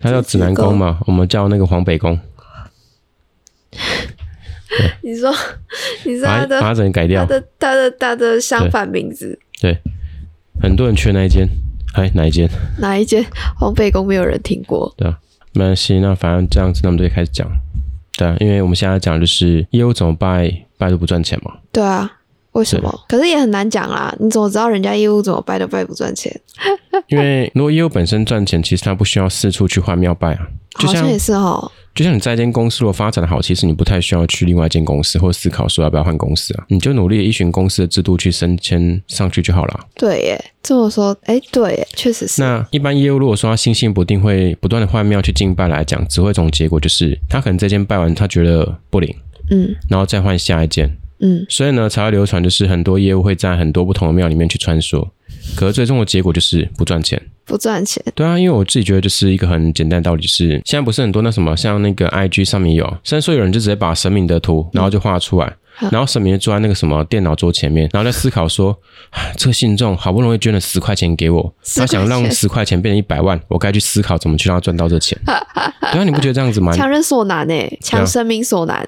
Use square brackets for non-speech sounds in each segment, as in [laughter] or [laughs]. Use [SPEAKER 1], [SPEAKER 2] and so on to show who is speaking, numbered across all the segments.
[SPEAKER 1] 它叫指南宫嘛，我们叫那个黄北宫，
[SPEAKER 2] 你说， [laughs] 你说
[SPEAKER 1] 把
[SPEAKER 2] 它
[SPEAKER 1] 它把它
[SPEAKER 2] 的
[SPEAKER 1] 整个改
[SPEAKER 2] 它
[SPEAKER 1] 掉。
[SPEAKER 2] 的它的它的相反名字
[SPEAKER 1] 对，很多人缺那一间，哎，哪一间？
[SPEAKER 2] 哪一间？黄北宫没有人听过。
[SPEAKER 1] 对啊，没关系，那反正这样子，那我们就开始讲。对啊，因为我们现在讲就是业务怎么拜，拜都不赚钱
[SPEAKER 2] [laughs]
[SPEAKER 1] 嘛。
[SPEAKER 2] 对啊，为什么？可是也很难讲啦。你怎么知道人家业务怎么掰都掰不赚钱？
[SPEAKER 1] 因为如果业务本身赚钱，其实它不需要四处去换庙拜啊。就
[SPEAKER 2] 好像
[SPEAKER 1] 像
[SPEAKER 2] 也是哦。
[SPEAKER 1] 就像你在一间公司如果发展的好，其实你不太需要去另外一间公司，或思考说要不要换公司啊，你就努力地依循公司的制度去升迁上去就好了啊。
[SPEAKER 2] 对耶，这么说，哎，对耶，确实是。
[SPEAKER 1] 那一般业务如果说他心性不定，会不断的换庙去敬拜来讲，只会从结果就是他可能这间拜完他觉得不灵，
[SPEAKER 2] 嗯
[SPEAKER 1] 然后再换下一间，
[SPEAKER 2] 嗯，
[SPEAKER 1] 所以呢才会流传就是很多业务会在很多不同的庙里面去穿梭，可是最终的结果就是不赚钱。
[SPEAKER 2] 不赚钱。
[SPEAKER 1] 对啊，因为我自己觉得就是一个很简单的道理，就是现在不是很多那什么，像那个 IG 上面有，虽然说有人就直接把神明的图，然后就画出来，
[SPEAKER 2] 嗯
[SPEAKER 1] 然后神明就坐在那个什么电脑桌前面，然后在思考说， [sighs] 唉这个信众好不容易捐了十块钱给我，
[SPEAKER 2] 10
[SPEAKER 1] 他想让
[SPEAKER 2] 块钱
[SPEAKER 1] 十块钱变成一百万，我该去思考怎么去让他赚到这
[SPEAKER 2] [laughs]
[SPEAKER 1] 钱。对啊，你不觉得这样子吗？
[SPEAKER 2] 强人所难哎，
[SPEAKER 1] 啊
[SPEAKER 2] 强生命所难。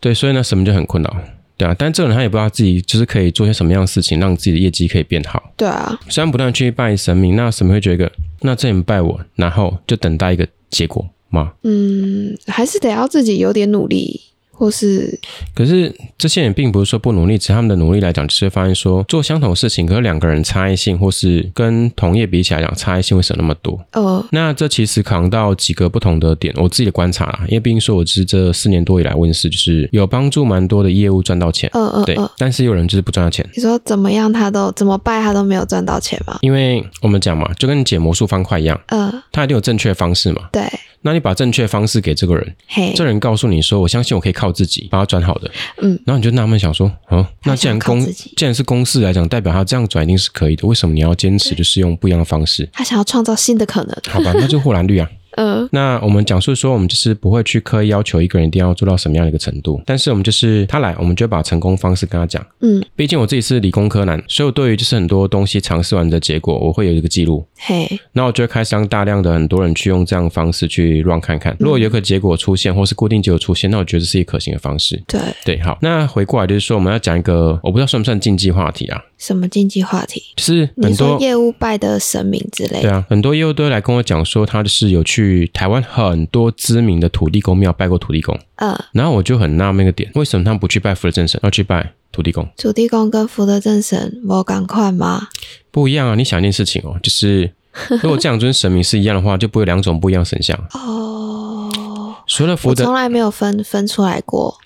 [SPEAKER 1] 对，所以呢，神明就很困扰。对啊，但这个人他也不知道自己就是可以做些什么样的事情，让自己的业绩可以变好。
[SPEAKER 2] 对啊，
[SPEAKER 1] 虽然不断去拜神明，那神明会觉得，那这人拜我，然后就等待一个结果嘛。
[SPEAKER 2] 嗯，还是得要自己有点努力，或是
[SPEAKER 1] 可是这些人并不是说不努力，只是他们的努力来讲，只是发现说做相同的事情，可是两个人差异性，或是跟同业比起来讲，差异性会少那么多。
[SPEAKER 2] 呃，
[SPEAKER 1] 那这其实扛到几个不同的点，我自己的观察啦，因为毕竟说我是这四年多以来问世，就是有帮助蛮多的业务赚到钱，
[SPEAKER 2] 呃呃
[SPEAKER 1] 对
[SPEAKER 2] 呃，，
[SPEAKER 1] 但是有人就是不赚到钱。
[SPEAKER 2] 你说怎么样，他都怎么拜，他都没有赚到钱吗？
[SPEAKER 1] 因为我们讲嘛，就跟你解魔术方块一样，
[SPEAKER 2] 呃，
[SPEAKER 1] 它一定有正确的方式嘛。
[SPEAKER 2] 对，
[SPEAKER 1] 那你把正确的方式给这个人，
[SPEAKER 2] 嘿，
[SPEAKER 1] 这人告诉你说：“我相信我可以靠自己把它转好的。”
[SPEAKER 2] 嗯，
[SPEAKER 1] 然后你就纳闷想说：“哦，那既然
[SPEAKER 2] 他想靠
[SPEAKER 1] 公
[SPEAKER 2] 自己？
[SPEAKER 1] 既然是公式来讲，代表他这样转一定是可以的，为什么你要坚持就是用不一样的方式
[SPEAKER 2] 他想要创造新的可能。
[SPEAKER 1] 好吧，那就护栏率啊。” [laughs]
[SPEAKER 2] 呃，
[SPEAKER 1] 那我们讲述说，我们就是不会去刻意要求一个人一定要做到什么样的一个程度，但是我们就是他来，我们就把成功方式跟他讲。
[SPEAKER 2] 嗯，
[SPEAKER 1] 毕竟我自己是理工科男，所以我对于就是很多东西尝试完的结果，我会有一个记录。
[SPEAKER 2] 嘿，
[SPEAKER 1] 那我就会开始让大量的很多人去用这样的方式去乱看看。如果有一个结果出现，或是固定结果出现，那我觉得这是一个可行的方式。
[SPEAKER 2] 对，
[SPEAKER 1] 对，好，那回过来就是说，我们要讲一个，我不知道算不算禁忌话题啊，
[SPEAKER 2] 什么经济话题？
[SPEAKER 1] 就是
[SPEAKER 2] 你
[SPEAKER 1] 很
[SPEAKER 2] 说
[SPEAKER 1] 多。
[SPEAKER 2] 业务拜的神明之类
[SPEAKER 1] 对
[SPEAKER 2] 的，
[SPEAKER 1] 啊，很多业务都会来跟我讲说，他就是有去台湾很多知名的土地公庙拜过土地公，
[SPEAKER 2] 呃，
[SPEAKER 1] 然后我就很纳闷一个点，为什么他们不去拜福的正神，要去拜土地公？
[SPEAKER 2] 土地公跟福德正神我赶快吗？
[SPEAKER 1] 不一样啊！你想一件事情哦，
[SPEAKER 2] [laughs]
[SPEAKER 1] 就是如果这两尊神明是一样的话，就不会有两种不一样的神像。
[SPEAKER 2] 哦，
[SPEAKER 1] 除了福
[SPEAKER 2] 我
[SPEAKER 1] 德
[SPEAKER 2] 从来没有分分出来过。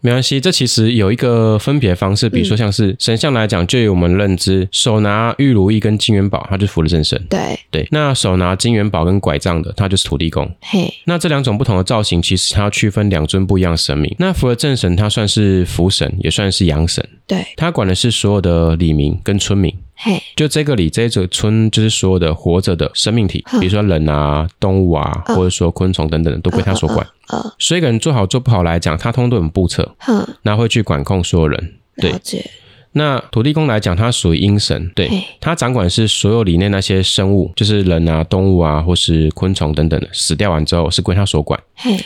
[SPEAKER 1] 没关系，这其实有一个分别方式，比如
[SPEAKER 2] 嗯
[SPEAKER 1] 说像是神像来讲，就以我们认知，手拿玉如意跟金元宝，它就是福的正神。
[SPEAKER 2] 对，
[SPEAKER 1] 对，那手拿金元宝跟拐杖的，它就是土地公。
[SPEAKER 2] 嘿，
[SPEAKER 1] 那这两种不同的造型，其实它要区分两尊不一样的神明。那福的正神，它算是福神，也算是阳神，
[SPEAKER 2] 对，
[SPEAKER 1] 它管的是所有的里民跟村民。
[SPEAKER 2] 嘿，
[SPEAKER 1] 就这个里，这一组村就是所有的活着的生命体，比如说人啊、动物啊，或者说昆虫等等的，都归它所管。
[SPEAKER 2] 呃，
[SPEAKER 1] 所以，一个人做好做不好来讲，他通通都很不测。
[SPEAKER 2] 哼，
[SPEAKER 1] 那会去管控所有人。对
[SPEAKER 2] 了解。
[SPEAKER 1] 那土地公来讲，它属于阴神，对
[SPEAKER 2] 嘿，
[SPEAKER 1] 它掌管是所有里内那些生物，就是人啊、动物啊，或是昆虫等等的，死掉完之后是归它所管。
[SPEAKER 2] 嘿，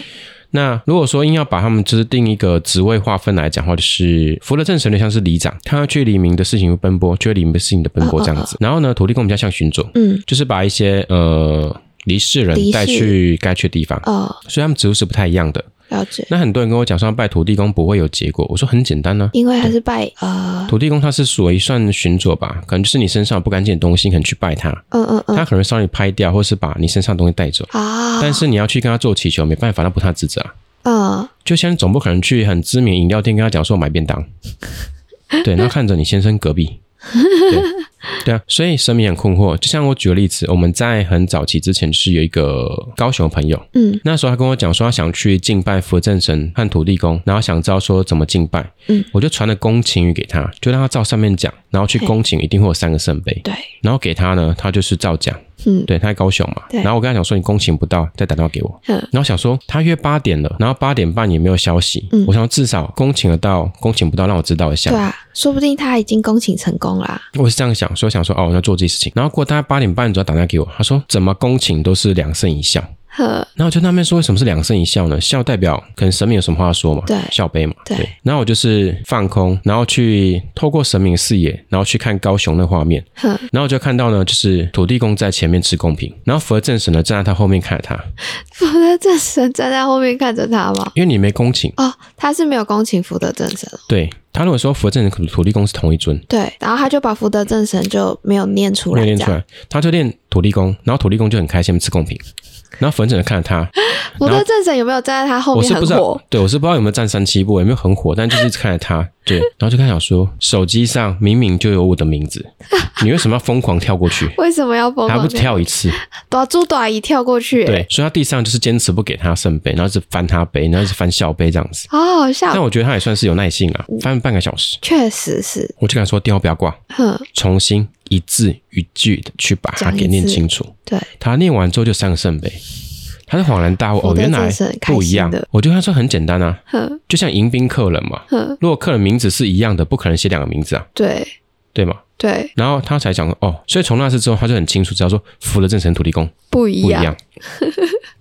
[SPEAKER 1] 那如果说硬要把他们就是定一个职位划分来讲的话，就是福德正神的像是里长，他要去黎明的事情奔波，就会黎明的事情的奔波这样子。然后呢，土地公比较像巡佐，
[SPEAKER 2] 嗯，
[SPEAKER 1] 就是把一些呃离世人
[SPEAKER 2] 离世
[SPEAKER 1] 带去该去的地方，
[SPEAKER 2] 呃，
[SPEAKER 1] 所以他们职务是不太一样的。
[SPEAKER 2] 了解。
[SPEAKER 1] 那很多人跟我讲说拜土地公不会有结果，我说很简单呢、啊
[SPEAKER 2] 因为还是拜呃，
[SPEAKER 1] 土地公他是属于算巡佐吧，可能就是你身上有不干净的东西，你可能去拜他，
[SPEAKER 2] 嗯嗯嗯
[SPEAKER 1] 他可能稍微拍掉，或是把你身上的东西带走。
[SPEAKER 2] 啊，
[SPEAKER 1] 但是你要去跟他做祈求，没办法，那不是他职责啊。
[SPEAKER 2] 嗯，
[SPEAKER 1] 就像你总不可能去很知名饮料店跟他讲说我买便
[SPEAKER 2] [laughs]
[SPEAKER 1] 当，对，然后看着你先生隔壁，对对啊，所以神明很困惑。就像我举个例子，我们在很早期之前是有一个高雄的朋友，
[SPEAKER 2] 嗯，
[SPEAKER 1] 那时候他跟我讲说他想去敬拜福正神和土地公，然后想知道说怎么敬拜，
[SPEAKER 2] 嗯，
[SPEAKER 1] 我就传了宫琴语给他，就让他照上面讲，然后去宫琴一定会有三个圣杯，
[SPEAKER 2] 对，
[SPEAKER 1] 然后给他呢，他就是照讲，
[SPEAKER 2] 嗯
[SPEAKER 1] 对，他在高雄嘛。
[SPEAKER 2] 对
[SPEAKER 1] 然后我跟他讲说，你工勤不到，再打电话给我。
[SPEAKER 2] 哼
[SPEAKER 1] 然后想说他约八点了，然后八点半也没有消息，
[SPEAKER 2] 嗯
[SPEAKER 1] 我想说至少工勤得到，工勤不到让我知道一下。
[SPEAKER 2] 对啊，说不定他已经恭请成功啦。
[SPEAKER 1] 我是这样想，所以我想说哦，我要做这些事情。然后过大概八点半左右打电话给我，他说怎么工勤都是两胜一笑。
[SPEAKER 2] 呵，
[SPEAKER 1] 然后我就那边说什么是两胜一笑呢？笑代表可能神明有什么话说嘛，
[SPEAKER 2] 对
[SPEAKER 1] 笑杯嘛，
[SPEAKER 2] 对
[SPEAKER 1] 然后我就是放空，然后去透过神明视野，然后去看高雄的画面，
[SPEAKER 2] 哼，
[SPEAKER 1] 然后我就看到呢，就是土地公在前面吃贡品，然后佛正神呢站在他后面看着他，
[SPEAKER 2] 福德正神站在后面看着他吗？
[SPEAKER 1] 因为你没恭请，
[SPEAKER 2] 哦，他是没有恭请福德正神，
[SPEAKER 1] 对他如果说佛正神和土地公是同一尊，
[SPEAKER 2] 对，然后他就把福德正神就没有念出
[SPEAKER 1] 没
[SPEAKER 2] 来，
[SPEAKER 1] 有
[SPEAKER 2] 这
[SPEAKER 1] 练出
[SPEAKER 2] 样。
[SPEAKER 1] 来，他就练土地公，然后土地公就很开心吃贡品，然后佛正神看着他，
[SPEAKER 2] 福
[SPEAKER 1] 然后
[SPEAKER 2] 德正神有没有站在他后
[SPEAKER 1] 我
[SPEAKER 2] 面
[SPEAKER 1] 是不
[SPEAKER 2] 很
[SPEAKER 1] 知
[SPEAKER 2] 火
[SPEAKER 1] 道？，对我是不知道有没有站三七步，有没有很火，但就是一直看着他，对，然后就看想说，手机上明明就有我的名字，你为什么要疯狂跳过
[SPEAKER 2] [laughs]
[SPEAKER 1] 去？
[SPEAKER 2] 为什么要疯
[SPEAKER 1] 还
[SPEAKER 2] 狂
[SPEAKER 1] 不
[SPEAKER 2] 这样？
[SPEAKER 1] 跳一次？
[SPEAKER 2] 把猪短一跳过去、
[SPEAKER 1] 对，所以他地上就是坚持不给他圣杯，然后是翻他杯，然后是翻笑杯这样子。
[SPEAKER 2] 好哦好嗯笑
[SPEAKER 1] 但。我觉得他也算是有耐性啊，翻了半个小时，
[SPEAKER 2] 确实是，
[SPEAKER 1] 我就跟他说电话不要挂，
[SPEAKER 2] 哼，
[SPEAKER 1] 重新一字一句的去把它
[SPEAKER 2] 讲一
[SPEAKER 1] 给念
[SPEAKER 2] 次
[SPEAKER 1] 清楚。
[SPEAKER 2] 对，
[SPEAKER 1] 他念完之后就上圣杯，他是恍然大悟，哦，
[SPEAKER 2] 福德
[SPEAKER 1] 原来
[SPEAKER 2] 正神很开
[SPEAKER 1] 不一
[SPEAKER 2] 心
[SPEAKER 1] 样
[SPEAKER 2] 的。
[SPEAKER 1] 我就跟他说很简单啊，
[SPEAKER 2] 哼
[SPEAKER 1] 就像迎宾客人嘛，
[SPEAKER 2] 哼，
[SPEAKER 1] 如果客人名字是一样的，不可能写两个名字啊，
[SPEAKER 2] 对
[SPEAKER 1] 对吗？
[SPEAKER 2] 对，
[SPEAKER 1] 然后他才讲说，哦，所以从那次之后，他就很清楚知道说，福了正神土地公
[SPEAKER 2] 不一
[SPEAKER 1] 不一
[SPEAKER 2] 样， [laughs]
[SPEAKER 1] 样。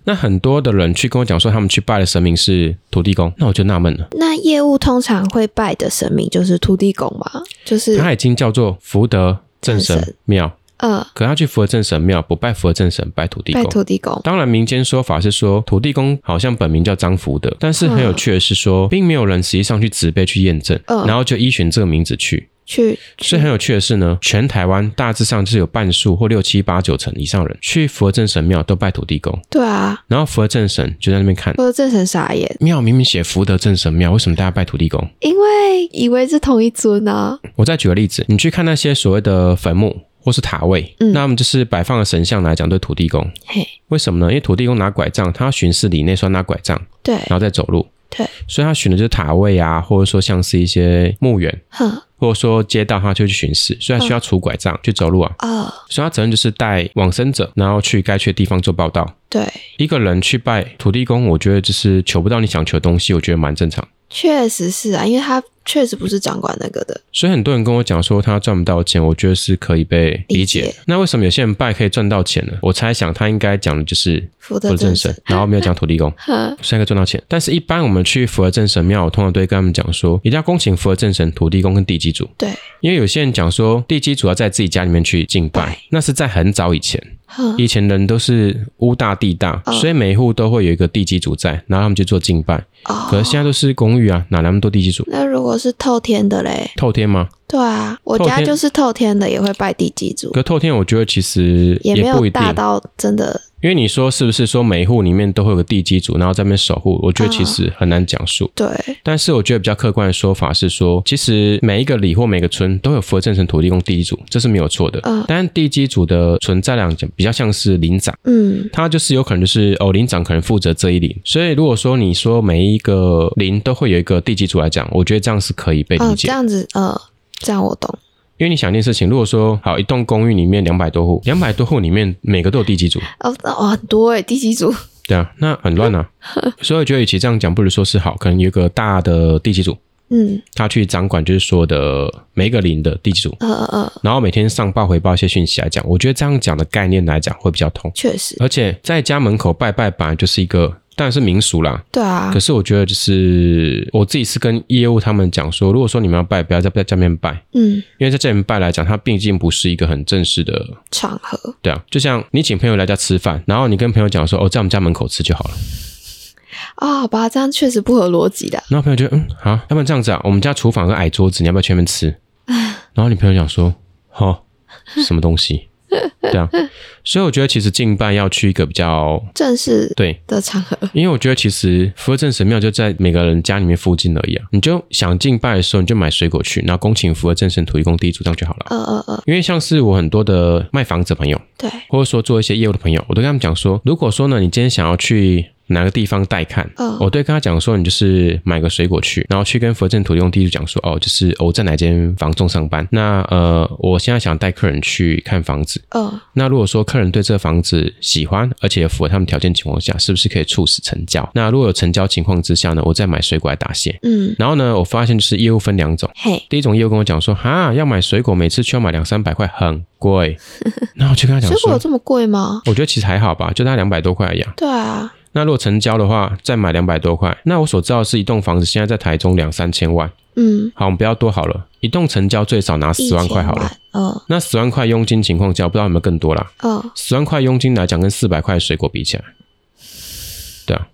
[SPEAKER 1] 那很多的人去跟我讲说，他们去拜的神明是土地公，那我就纳闷了，
[SPEAKER 2] 那业务通常会拜的神明就是土地公嘛，就是
[SPEAKER 1] 他已经叫做福德正
[SPEAKER 2] 正
[SPEAKER 1] 神
[SPEAKER 2] 神
[SPEAKER 1] 庙，
[SPEAKER 2] 呃，
[SPEAKER 1] 可他去福德正神庙不拜福德正神，拜土地
[SPEAKER 2] 拜
[SPEAKER 1] 公。
[SPEAKER 2] 土地公，
[SPEAKER 1] 当然，民间说法是说土地公好像本名叫张福德，但是很有趣的是说，并没有人实际上去植被去验证，
[SPEAKER 2] 嗯
[SPEAKER 1] 然后就依循这个名字去。
[SPEAKER 2] 去
[SPEAKER 1] 所以很有趣的是呢，全台湾大致上是有半数或六七八九成以上人去佛正神庙都拜土地公，
[SPEAKER 2] 对啊，
[SPEAKER 1] 然后佛正神就在那边看
[SPEAKER 2] 说正神傻眼，
[SPEAKER 1] 庙，明明写福德正神庙，为什么大家拜土地公？
[SPEAKER 2] 因为以为是同一尊啊，
[SPEAKER 1] 我再举个例子，你去看那些所谓的坟墓或是塔位，
[SPEAKER 2] 嗯
[SPEAKER 1] 那我们就是摆放的神像来讲，对土地公，
[SPEAKER 2] 嘿，
[SPEAKER 1] 为什么呢？因为土地公拿拐杖，他要巡视里内，所以他拿拐杖，
[SPEAKER 2] 对
[SPEAKER 1] 然后再走路。
[SPEAKER 2] 对，
[SPEAKER 1] 所以他选的就是塔位啊，或者说像是一些墓园，
[SPEAKER 2] 哼，
[SPEAKER 1] 或者说街道，他就去巡视，所以他需要拄拐杖去走路啊。
[SPEAKER 2] 呃，
[SPEAKER 1] 所以他责任就是带往生者，然后去该去的地方做报道。
[SPEAKER 2] 对，
[SPEAKER 1] 一个人去拜土地公，我觉得就是求不到你想求的东西，我觉得蛮正常。
[SPEAKER 2] 确实是啊，因为他确实不是掌管那个的，
[SPEAKER 1] 所以很多人跟我讲说他赚不到钱，我觉得是可以被理解的。
[SPEAKER 2] 理解
[SPEAKER 1] 那为什么有些人拜可以赚到钱呢？我猜想他应该讲的就是
[SPEAKER 2] 福
[SPEAKER 1] 福
[SPEAKER 2] 德
[SPEAKER 1] 德正
[SPEAKER 2] 正
[SPEAKER 1] 神
[SPEAKER 2] 神，，
[SPEAKER 1] 然后没有讲土地
[SPEAKER 2] [laughs]
[SPEAKER 1] 公，
[SPEAKER 2] 哼，
[SPEAKER 1] 所以可以赚到钱。但是，一般我们去福德正神庙，我通常都会跟他们讲说，一定要恭请福德正神、土地公跟地基主，
[SPEAKER 2] 对，
[SPEAKER 1] 因为有些人讲说地基主要在自己家里面去敬拜
[SPEAKER 2] 拜，
[SPEAKER 1] 那是在很早以前，
[SPEAKER 2] 哼，
[SPEAKER 1] 以前人都是屋大地大，
[SPEAKER 2] 嗯
[SPEAKER 1] 所以每一户都会有一个地基主在，然后他们去做敬拜。
[SPEAKER 2] 哦，
[SPEAKER 1] 可是现在都是公寓啊，哪来那么多地基主？
[SPEAKER 2] 那如果是透天的嘞，
[SPEAKER 1] 透天吗？
[SPEAKER 2] 对啊，我
[SPEAKER 1] 透
[SPEAKER 2] 家
[SPEAKER 1] 天
[SPEAKER 2] 就是透天的，也会拜地基主，
[SPEAKER 1] 可透天我觉得其实
[SPEAKER 2] 也没
[SPEAKER 1] 不
[SPEAKER 2] 有
[SPEAKER 1] 一定
[SPEAKER 2] 大，到真的
[SPEAKER 1] 因为你说是不是说每一户里面都会有个地基主，然后在那边守护？我觉得其实
[SPEAKER 2] 啊
[SPEAKER 1] 很难讲述。
[SPEAKER 2] 对
[SPEAKER 1] 但是我觉得比较客观的说法是说，其实每一个里或每个村都有符合正神土地公地基组，这是没有错的。
[SPEAKER 2] 嗯
[SPEAKER 1] 但地基组的存在量讲比较像是领长，
[SPEAKER 2] 嗯，
[SPEAKER 1] 他就是有可能就是哦，领长可能负责这一领。所以如果说你说每一个领都会有一个地基组来讲，我觉得这样是可以被理
[SPEAKER 2] 哦，
[SPEAKER 1] 解
[SPEAKER 2] 这
[SPEAKER 1] 的。
[SPEAKER 2] 样子，呃，这样我懂，
[SPEAKER 1] 因为你想一件事情，如果说好一栋公寓里面两百多户，两百多户里面每个都有地基组，
[SPEAKER 2] 哦，那哦，很多哎，地基主，
[SPEAKER 1] 对啊，那很乱啊。 [laughs] 所以我觉得与其这样讲，不如说是好，可能有一个大的地基组。
[SPEAKER 2] 嗯，
[SPEAKER 1] 他去掌管就是说的每一个零的地基组，哦
[SPEAKER 2] 呃呃，
[SPEAKER 1] 然后每天上报回报一些讯息来讲，我觉得这样讲的概念来讲会比较通。
[SPEAKER 2] 确实，
[SPEAKER 1] 而且在家门口拜拜本来就是一个，当然是民俗啦。
[SPEAKER 2] 对啊
[SPEAKER 1] 可，是我觉得就是我自己是跟业务他们讲说，如果说你们要拜，不要在在家面拜，
[SPEAKER 2] 嗯，
[SPEAKER 1] 因为在家里面拜来讲，它毕竟不是一个很正式的，
[SPEAKER 2] 场合
[SPEAKER 1] 对啊。就像你请朋友来家吃饭，然后你跟朋友讲说，哦，在我们家门口吃就好了。
[SPEAKER 2] 啊，好吧，这样确实不合逻辑的，
[SPEAKER 1] 然后朋友就嗯好，要不然这样子啊，我们家厨房有个矮桌子，你要不要去那边吃？然后你朋友讲说，好、什么东西？ [laughs] 对啊，所以我觉得其实敬拜要去一个比较
[SPEAKER 2] 正式
[SPEAKER 1] 对，
[SPEAKER 2] 的场合，
[SPEAKER 1] 因为我觉得其实福正神庙就在每个人家里面附近而已啊。你就想敬拜的时候，你就买水果去，然后恭请福正神土地公地主这样就好了。
[SPEAKER 2] 呃呃呃，
[SPEAKER 1] 因为像是我很多的卖房子朋友，
[SPEAKER 2] 对，
[SPEAKER 1] 或者说做一些业务的朋友，我都跟他们讲说，如果说呢，你今天想要去哪个地方带看。
[SPEAKER 2] 嗯
[SPEAKER 1] 我对跟他讲说，你就是买个水果去，然后去跟佛镇土地公地主讲说，哦，就是我在哪间房仲上班。那呃，我现在想带客人去看房子。
[SPEAKER 2] 嗯，
[SPEAKER 1] 那如果说客人对这房子喜欢，而且符合他们条件情况下，是不是可以促使成交？那如果有成交情况之下呢，我再买水果来答谢。
[SPEAKER 2] 嗯，
[SPEAKER 1] 然后呢，我发现就是业务分两种，
[SPEAKER 2] 嘿，
[SPEAKER 1] 第一种业务跟我讲说，哈，要买水果，每次去要买两三百块，很贵。 [laughs] 那我就跟他讲
[SPEAKER 2] 水果
[SPEAKER 1] 说，
[SPEAKER 2] 有这么贵吗？
[SPEAKER 1] 我觉得其实还好吧，就大概两百多块而已、啊。
[SPEAKER 2] 对啊，
[SPEAKER 1] 那如果成交的话，再买两百多块。那我所知道的是一栋房子现在在台中两三千万，
[SPEAKER 2] 嗯，
[SPEAKER 1] 好，我们不要多好了，一栋成交最少拿十万块好了。
[SPEAKER 2] 1000万，哦
[SPEAKER 1] 那十万块佣金情况下，我不知道有没有更多啦。
[SPEAKER 2] 嗯嗯，
[SPEAKER 1] 十万块佣金来讲，跟四百块水果比起来，对啊。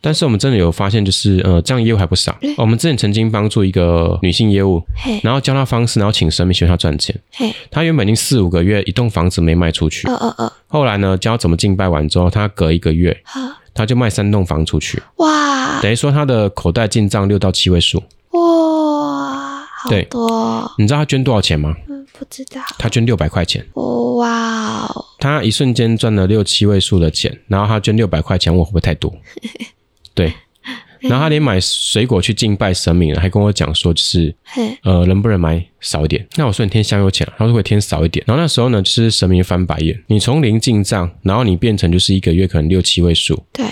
[SPEAKER 1] 但是我们真的有发现，就是呃，这样业务还不少。我们之前曾经帮助一个女性业务，
[SPEAKER 2] 嘿，
[SPEAKER 1] 然后教她方式，然后请神明学她赚钱。
[SPEAKER 2] 嘿，
[SPEAKER 1] 她原本已经四五个月一栋房子没卖出去，
[SPEAKER 2] 呃呃呃，
[SPEAKER 1] 后来呢，教她怎么敬拜完之后，她隔一个月
[SPEAKER 2] 哈，
[SPEAKER 1] 她就卖三栋房出去，
[SPEAKER 2] 啊哇
[SPEAKER 1] 等于说她的口袋进账六到七位数。
[SPEAKER 2] 哇，好
[SPEAKER 1] 对
[SPEAKER 2] 多哦，
[SPEAKER 1] 你知道她捐多少钱吗？
[SPEAKER 2] 嗯，不知道，
[SPEAKER 1] 她捐六百块钱，
[SPEAKER 2] 哦哇哦，
[SPEAKER 1] 她一瞬间赚了六七位数的钱，然后她捐六百块钱，我会不会太多？对。然后她连买水果去敬拜神明了，还跟我讲说，就是
[SPEAKER 2] 嘿，
[SPEAKER 1] 呃，能不能买少一点？那我说你添香油钱、啊，他说会添少一点。然后那时候呢，就是神明翻白眼，你从零进账，然后你变成就是一个月可能六七位数，
[SPEAKER 2] 对，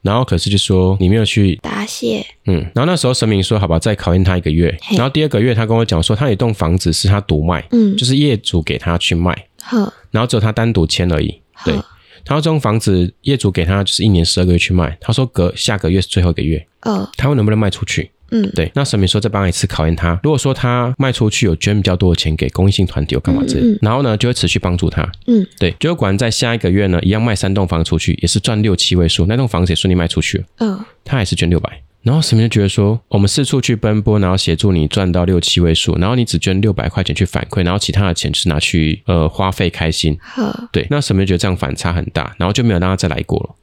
[SPEAKER 1] 然后可是就说你没有去，
[SPEAKER 2] 答谢，
[SPEAKER 1] 嗯，然后那时候神明说好吧，再考验他一个月。
[SPEAKER 2] 嘿
[SPEAKER 1] 然后第二个月他跟我讲说，他有一栋房子是他独卖，
[SPEAKER 2] 嗯，
[SPEAKER 1] 就是业主给他去卖，
[SPEAKER 2] 呵，
[SPEAKER 1] 然后只有他单独签而已。对，他说这栋房子业主给他就是一年十二个月去卖，他说隔下个月是最后一个月，
[SPEAKER 2] 呃，
[SPEAKER 1] 他会能不能卖出去？
[SPEAKER 2] 嗯，
[SPEAKER 1] 对，那神明说再帮他一次考验他。如果说他卖出去有捐比较多的钱给公益性团体，有干嘛之类的，
[SPEAKER 2] 嗯嗯嗯
[SPEAKER 1] 然后呢就会持续帮助他。
[SPEAKER 2] 嗯，
[SPEAKER 1] 对，结果果然在下一个月呢，一样卖三栋房出去，也是赚六七位数，那栋房子也顺利卖出去了，
[SPEAKER 2] 呃，
[SPEAKER 1] 他也是捐六百。然后神明就觉得说，我们四处去奔波，然后协助你赚到六七位数，然后你只捐六百块钱去反馈，然后其他的钱是拿去呃花费开心，
[SPEAKER 2] 呵，
[SPEAKER 1] 对，那神明觉得这样反差很大，然后就没有让他再来过了。
[SPEAKER 2] 哦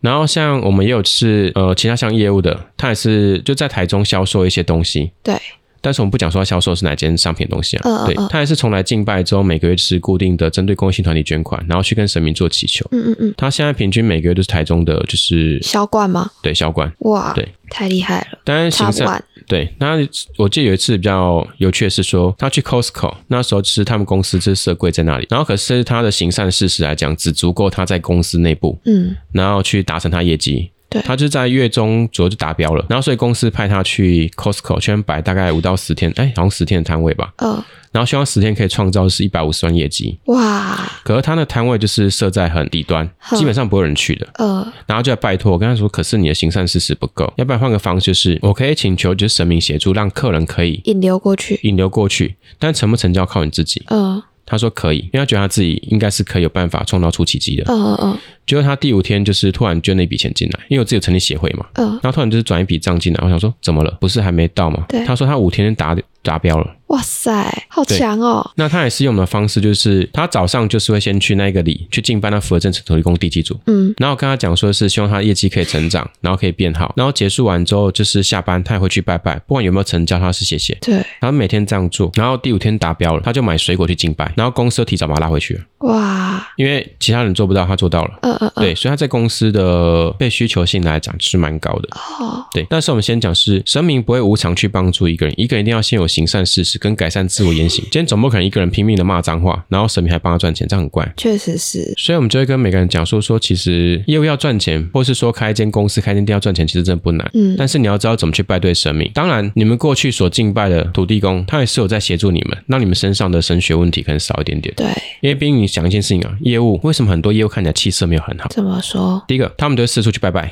[SPEAKER 1] 然后像我们也有是呃其他项业务的，他也是就在台中销售一些东西，
[SPEAKER 2] 对，
[SPEAKER 1] 但是我们不讲说他销售是哪间商品的东西啊，
[SPEAKER 2] 嗯嗯
[SPEAKER 1] 对
[SPEAKER 2] 嗯
[SPEAKER 1] 他也是从来敬拜之后每个月就是固定的针对公益性团体捐款，然后去跟神明做祈求。
[SPEAKER 2] 嗯嗯嗯，
[SPEAKER 1] 他现在平均每个月都是台中的，就是
[SPEAKER 2] 销冠吗？
[SPEAKER 1] 对销冠，
[SPEAKER 2] 哇，
[SPEAKER 1] 对，
[SPEAKER 2] 太厉害了
[SPEAKER 1] 当然行
[SPEAKER 2] ，Top
[SPEAKER 1] 善
[SPEAKER 2] One，
[SPEAKER 1] 对。那我记得有一次比较有趣的是说，他去 Costco 那时候就是他们公司就是设柜在那里，然后可是他的行善事实来讲，只足够他在公司内部
[SPEAKER 2] 嗯，
[SPEAKER 1] 然后去达成他业绩。
[SPEAKER 2] 对
[SPEAKER 1] 他就在月中左右就达标了，然后所以公司派他去 Costco 圈摆大概五到十天，哎，好像十天的摊位吧，
[SPEAKER 2] 呃，
[SPEAKER 1] 然后希望十天可以创造是一百五十万业绩。
[SPEAKER 2] 哇，
[SPEAKER 1] 可是他的摊位就是设在很底端，
[SPEAKER 2] 哼
[SPEAKER 1] 基本上不会有人去的。
[SPEAKER 2] 呃，
[SPEAKER 1] 然后就来拜托我跟他说，可是你的行善事实不够，要不然换个方式是，我可以请求就是神明协助，让客人可以
[SPEAKER 2] 引流过去，
[SPEAKER 1] 引流过去，但成不成交靠你自己。
[SPEAKER 2] 呃，
[SPEAKER 1] 他说可以，因为他觉得他自己应该是可以有办法创造出奇迹的。
[SPEAKER 2] 呃呃
[SPEAKER 1] 结果他第五天就是突然捐了一笔钱进来，因为我自己有成立协会嘛，
[SPEAKER 2] 呃，呃，
[SPEAKER 1] 然后突然就是转一笔账进来，我想说怎么了？不是还没到吗？
[SPEAKER 2] 对
[SPEAKER 1] 他说他五天就达达标了。
[SPEAKER 2] 哇塞，好强哦，
[SPEAKER 1] 那他也是用的方式，就是他早上就是会先去那个里去敬拜那福尔镇城土地公地基主，
[SPEAKER 2] 嗯，
[SPEAKER 1] 然后跟他讲说是希望他业绩可以成长，然后可以变好，然后结束完之后就是下班他也会去拜拜，不管有没有成交，他是谢谢。
[SPEAKER 2] 对，
[SPEAKER 1] 他每天这样做，然后第五天达标了，他就买水果去敬拜，然后公司就提早把他拉回去了，
[SPEAKER 2] 哇，
[SPEAKER 1] 因为其他人做不到，他做到了。
[SPEAKER 2] 呃呃呃，
[SPEAKER 1] 对，所以他在公司的被需求性来讲是蛮高的。
[SPEAKER 2] 哦，
[SPEAKER 1] 对，但是我们先讲是神明不会无偿去帮助一个人，一个人一定要先有行善事实跟改善自我言行。今天总不可能一个人拼命的骂脏话，然后神明还帮他赚钱，这样很怪。
[SPEAKER 2] 确实是，
[SPEAKER 1] 所以我们就会跟每个人讲述说，其实业务要赚钱，或是说开一间公司、开一间店要赚钱，其实真的不难。
[SPEAKER 2] 嗯
[SPEAKER 1] 但是你要知道怎么去拜对神明。当然，你们过去所敬拜的土地公，他也是有在协助你们，让你们身上的神学问题可能少一点点。
[SPEAKER 2] 对，
[SPEAKER 1] 因为毕竟你想一件事情啊，业务为什么很多业务看起来气色没有很好？
[SPEAKER 2] 怎么说？
[SPEAKER 1] 第一个，他们都会四处去拜拜，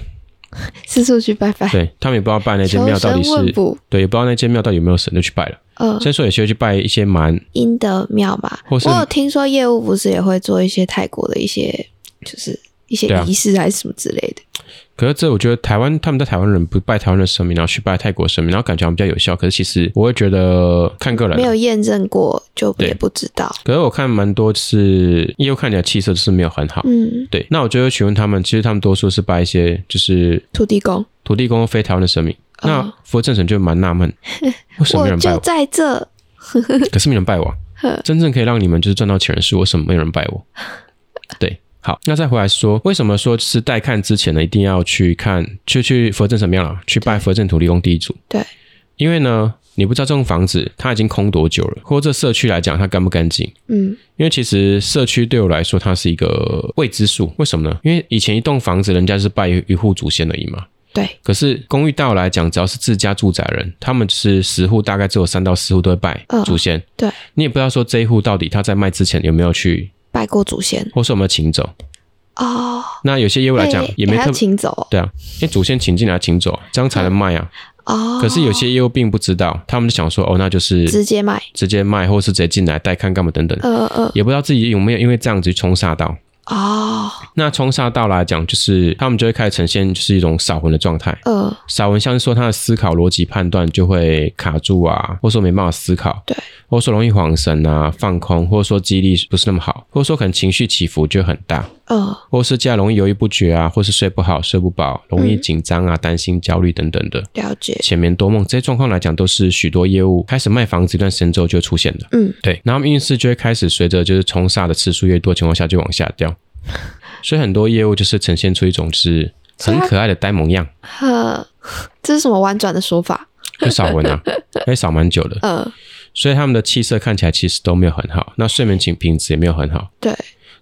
[SPEAKER 2] 四处去拜拜，
[SPEAKER 1] 对他们也不知道拜那间
[SPEAKER 2] 哎求
[SPEAKER 1] 庙到
[SPEAKER 2] 神
[SPEAKER 1] 底是
[SPEAKER 2] 问卜，
[SPEAKER 1] 对，也不知道那间庙到底有没有神，就去拜了。
[SPEAKER 2] 呃，
[SPEAKER 1] 所以说有些去拜一些蛮，
[SPEAKER 2] 阴德庙吧。
[SPEAKER 1] 或是
[SPEAKER 2] 我有听说业务不是也会做一些泰国的一些，就是一些
[SPEAKER 1] 对啊
[SPEAKER 2] 仪式还是什么之类的。
[SPEAKER 1] 可是这我觉得台湾他们在台湾人不拜台湾的神明，然后去拜泰国神明，然后感觉好像比较有效。可是其实我会觉得看个人
[SPEAKER 2] 没
[SPEAKER 1] 啊。
[SPEAKER 2] 有验证过就
[SPEAKER 1] 对
[SPEAKER 2] 也不知道。
[SPEAKER 1] 可是我看蛮多是，因为看起来气色就是没有很好。
[SPEAKER 2] 嗯，
[SPEAKER 1] 对，那我就会询问他们，其实他们多数是拜一些就是
[SPEAKER 2] 土地公，
[SPEAKER 1] 土地公、非台湾的神明。
[SPEAKER 2] 哦
[SPEAKER 1] 那佛正神就蛮纳
[SPEAKER 2] [laughs]
[SPEAKER 1] 闷，为什么没
[SPEAKER 2] 我
[SPEAKER 1] 人拜
[SPEAKER 2] 就
[SPEAKER 1] 我？
[SPEAKER 2] 在这。
[SPEAKER 1] 可是没人拜我啊，真正可以让你们就是赚到钱的是为什么没有人拜我？对，好，那再回来说，为什么说是带看之前呢，一定要去看，去去佛镇什么样了？啊去拜佛镇土地公地主。
[SPEAKER 2] 对，
[SPEAKER 1] 因为呢，你不知道这栋房子它已经空多久了，或者这社区来讲它干不干净。
[SPEAKER 2] 嗯，
[SPEAKER 1] 因为其实社区对我来说，它是一个未知数。为什么呢？因为以前一栋房子，人家是拜一户祖先而已嘛。
[SPEAKER 2] 对，
[SPEAKER 1] 可是公寓对我来讲，只要是自家住宅人，他们是十户，大概只有三到四户都会拜
[SPEAKER 2] 嗯
[SPEAKER 1] 祖先。
[SPEAKER 2] 对，
[SPEAKER 1] 你也不知道说这一户到底他在卖之前有没有去，
[SPEAKER 2] 拜过祖先
[SPEAKER 1] 或是有没有请走。
[SPEAKER 2] 哦。
[SPEAKER 1] 那有些业务来讲
[SPEAKER 2] 哎
[SPEAKER 1] 也没
[SPEAKER 2] 还
[SPEAKER 1] 特别，
[SPEAKER 2] 要请走哦
[SPEAKER 1] 对啊，因为祖先请进来请走，这样才能卖啊。
[SPEAKER 2] 哦，
[SPEAKER 1] 可是有些业务并不知道，他们就想说哦，那就是
[SPEAKER 2] 直接卖，
[SPEAKER 1] 直接卖，或是直接进来带看干嘛等等，
[SPEAKER 2] 呃呃
[SPEAKER 1] 也不知道自己有没有因为这样子去冲煞到。
[SPEAKER 2] 哦，
[SPEAKER 1] 那冲煞到来讲，就是他们就会开始呈现就是一种少魂的状态。
[SPEAKER 2] 呃
[SPEAKER 1] 少文像是说他的思考逻辑判断就会卡住啊，或者说没办法思考，
[SPEAKER 2] 对，
[SPEAKER 1] 或者说容易恍神啊、放空，或者说记忆力不是那么好，或者说可能情绪起伏就很大，
[SPEAKER 2] 呃
[SPEAKER 1] 或者是这样容易犹豫不决啊，或是睡不好、睡不饱，容易紧张啊、担心、焦虑等等的。
[SPEAKER 2] 了解，
[SPEAKER 1] 前面多梦这些状况来讲，都是许多业务开始卖房子一段时间之后就会出现的。
[SPEAKER 2] 嗯，
[SPEAKER 1] 对，然后他们运势就会开始随着就是冲煞的次数越多情况下就往下掉，所以很多业务就是呈现出一种就是很可爱的呆萌样。
[SPEAKER 2] 呵，这是什么婉转的说法？
[SPEAKER 1] 就少闻
[SPEAKER 2] [laughs]
[SPEAKER 1] 啊，哎，少蛮久的，
[SPEAKER 2] 呃，
[SPEAKER 1] 所以他们的气色看起来其实都没有很好，那睡眠情品质也没有很好。
[SPEAKER 2] 对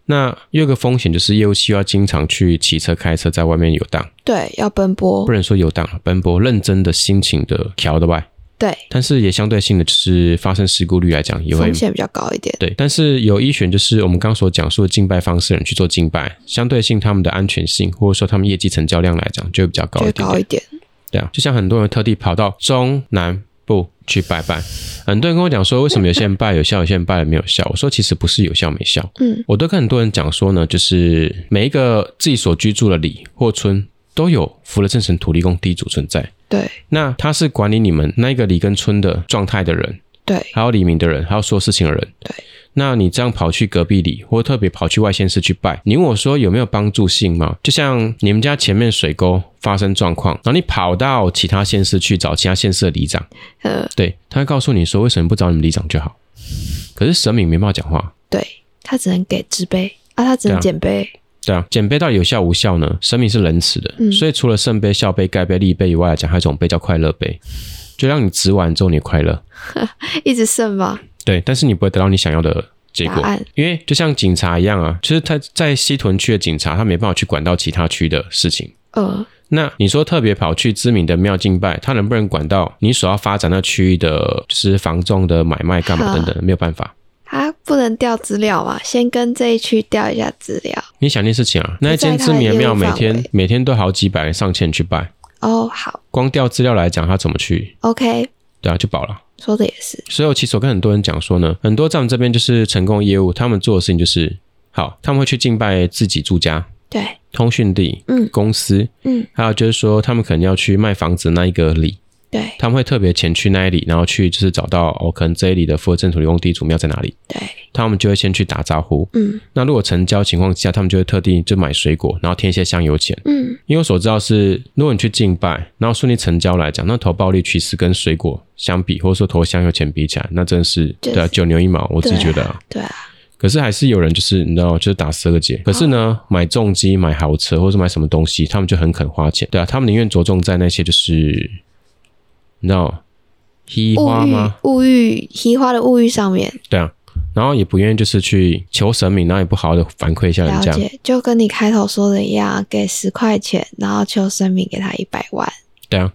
[SPEAKER 1] 那又有一个风险就是业务需要经常去骑车、开车，在外面游荡，
[SPEAKER 2] 对，要奔波
[SPEAKER 1] 不，能说游荡啊，奔波，认真的心情的调的外，
[SPEAKER 2] 对，
[SPEAKER 1] 但是也相对性的就是发生事故率来讲也会
[SPEAKER 2] 风险比较高一点，
[SPEAKER 1] 对，但是有一选就是我们刚刚所讲述的敬拜方式，人去做敬拜，相对性他们的安全性或者说他们业绩成交量来讲就会比较高
[SPEAKER 2] 就
[SPEAKER 1] 一
[SPEAKER 2] 会
[SPEAKER 1] 点
[SPEAKER 2] 高
[SPEAKER 1] 点
[SPEAKER 2] 一。点，
[SPEAKER 1] 对啊，就像很多人特地跑到中南部去拜拜，很多人跟我讲说，为什么有些人拜有效，有些人拜了没有效？我说其实不是有效没效，
[SPEAKER 2] 嗯，
[SPEAKER 1] 我都跟很多人讲说呢，就是每一个自己所居住的里或村都有福了正神土地公地主存在，
[SPEAKER 2] 对
[SPEAKER 1] 那他是管理你们那一个里跟村的状态的人，
[SPEAKER 2] 对
[SPEAKER 1] 还有里民的人，还有说事情的人。
[SPEAKER 2] 对。
[SPEAKER 1] 那你这样跑去隔壁里，或特别跑去外县市去拜，你问我说有没有帮助性吗？就像你们家前面水沟发生状况，然后你跑到其他县市去找其他县市的里长，
[SPEAKER 2] 呃嗯
[SPEAKER 1] 对，他会告诉你说为什么不找你们里长就好。可是神明没办法讲话，
[SPEAKER 2] 对，他只能给纸杯啊，他只
[SPEAKER 1] 对
[SPEAKER 2] 能
[SPEAKER 1] 啊
[SPEAKER 2] 捡杯，
[SPEAKER 1] 对啊，简杯到底有效无效呢？神明是仁慈的，
[SPEAKER 2] 嗯
[SPEAKER 1] 所以除了圣杯、孝杯、盖杯、立杯以外来讲，还有一种杯叫快乐杯，就让你值完之后你快乐，
[SPEAKER 2] 一直剩嘛，
[SPEAKER 1] 对，但是你不会得到你想要的结
[SPEAKER 2] 答
[SPEAKER 1] 果。
[SPEAKER 2] 案
[SPEAKER 1] 因为就像警察一样啊，就是他在西屯区的警察，他没办法去管到其他区的事情。
[SPEAKER 2] 呃
[SPEAKER 1] 那你说特别跑去知名的庙敬拜，他能不能管到你所要发展那区域的，就是房仲的买卖干嘛等等的？没有办法。
[SPEAKER 2] 他不能调资料嘛，先跟这一区调一下资料。
[SPEAKER 1] 你想一件事情啊，那一间知名的庙每
[SPEAKER 2] 不在他的业务
[SPEAKER 1] 天
[SPEAKER 2] 范
[SPEAKER 1] 每天都好几百人上千人去拜，
[SPEAKER 2] 哦，好
[SPEAKER 1] 光调资料来讲，他怎么去？
[SPEAKER 2] ，OK，
[SPEAKER 1] 对啊，就饱了。
[SPEAKER 2] 说的也是，
[SPEAKER 1] 所以我其实我跟很多人讲说呢，很多在我们这边就是成功业务，他们做的事情就是好，他们会去敬拜自己住家、
[SPEAKER 2] 对，
[SPEAKER 1] 通讯地、
[SPEAKER 2] 嗯
[SPEAKER 1] 公司，
[SPEAKER 2] 嗯，
[SPEAKER 1] 还有就是说，他们可能要去卖房子那一个里，
[SPEAKER 2] 对
[SPEAKER 1] 他们会特别前去那一里，然后去就是找到哦，可能这一里的负责土地公地主庙在哪里，
[SPEAKER 2] 对，
[SPEAKER 1] 他们就会先去打招呼。
[SPEAKER 2] 嗯
[SPEAKER 1] 那如果成交情况下，他们就会特地就买水果，然后添一些香油钱。
[SPEAKER 2] 嗯，
[SPEAKER 1] 因为我所知道是，如果你去敬拜，然后顺利成交来讲，那投报率其实跟水果相比，或者说投香油钱比起来，那真是、
[SPEAKER 2] 就是
[SPEAKER 1] 对啊，九牛一毛，我自己
[SPEAKER 2] 对啊
[SPEAKER 1] 觉得啊。
[SPEAKER 2] 对啊，
[SPEAKER 1] 可是还是有人就是你知道，就是打十二个结。可是呢，
[SPEAKER 2] 哦
[SPEAKER 1] 买重机、买豪车或者买什么东西，他们就很肯花钱，对啊，他们宁愿着重在那些就是你知道稀花
[SPEAKER 2] 物欲
[SPEAKER 1] 吗？
[SPEAKER 2] 物欲，提花的物欲上面
[SPEAKER 1] 对啊，然后也不愿意就是去求神明，然后也不好好的反馈一下人
[SPEAKER 2] 了
[SPEAKER 1] 家。
[SPEAKER 2] 解，就跟你开头说的一样，啊给十块钱，然后求神明给他一百万，
[SPEAKER 1] 对
[SPEAKER 2] [laughs]
[SPEAKER 1] 啊，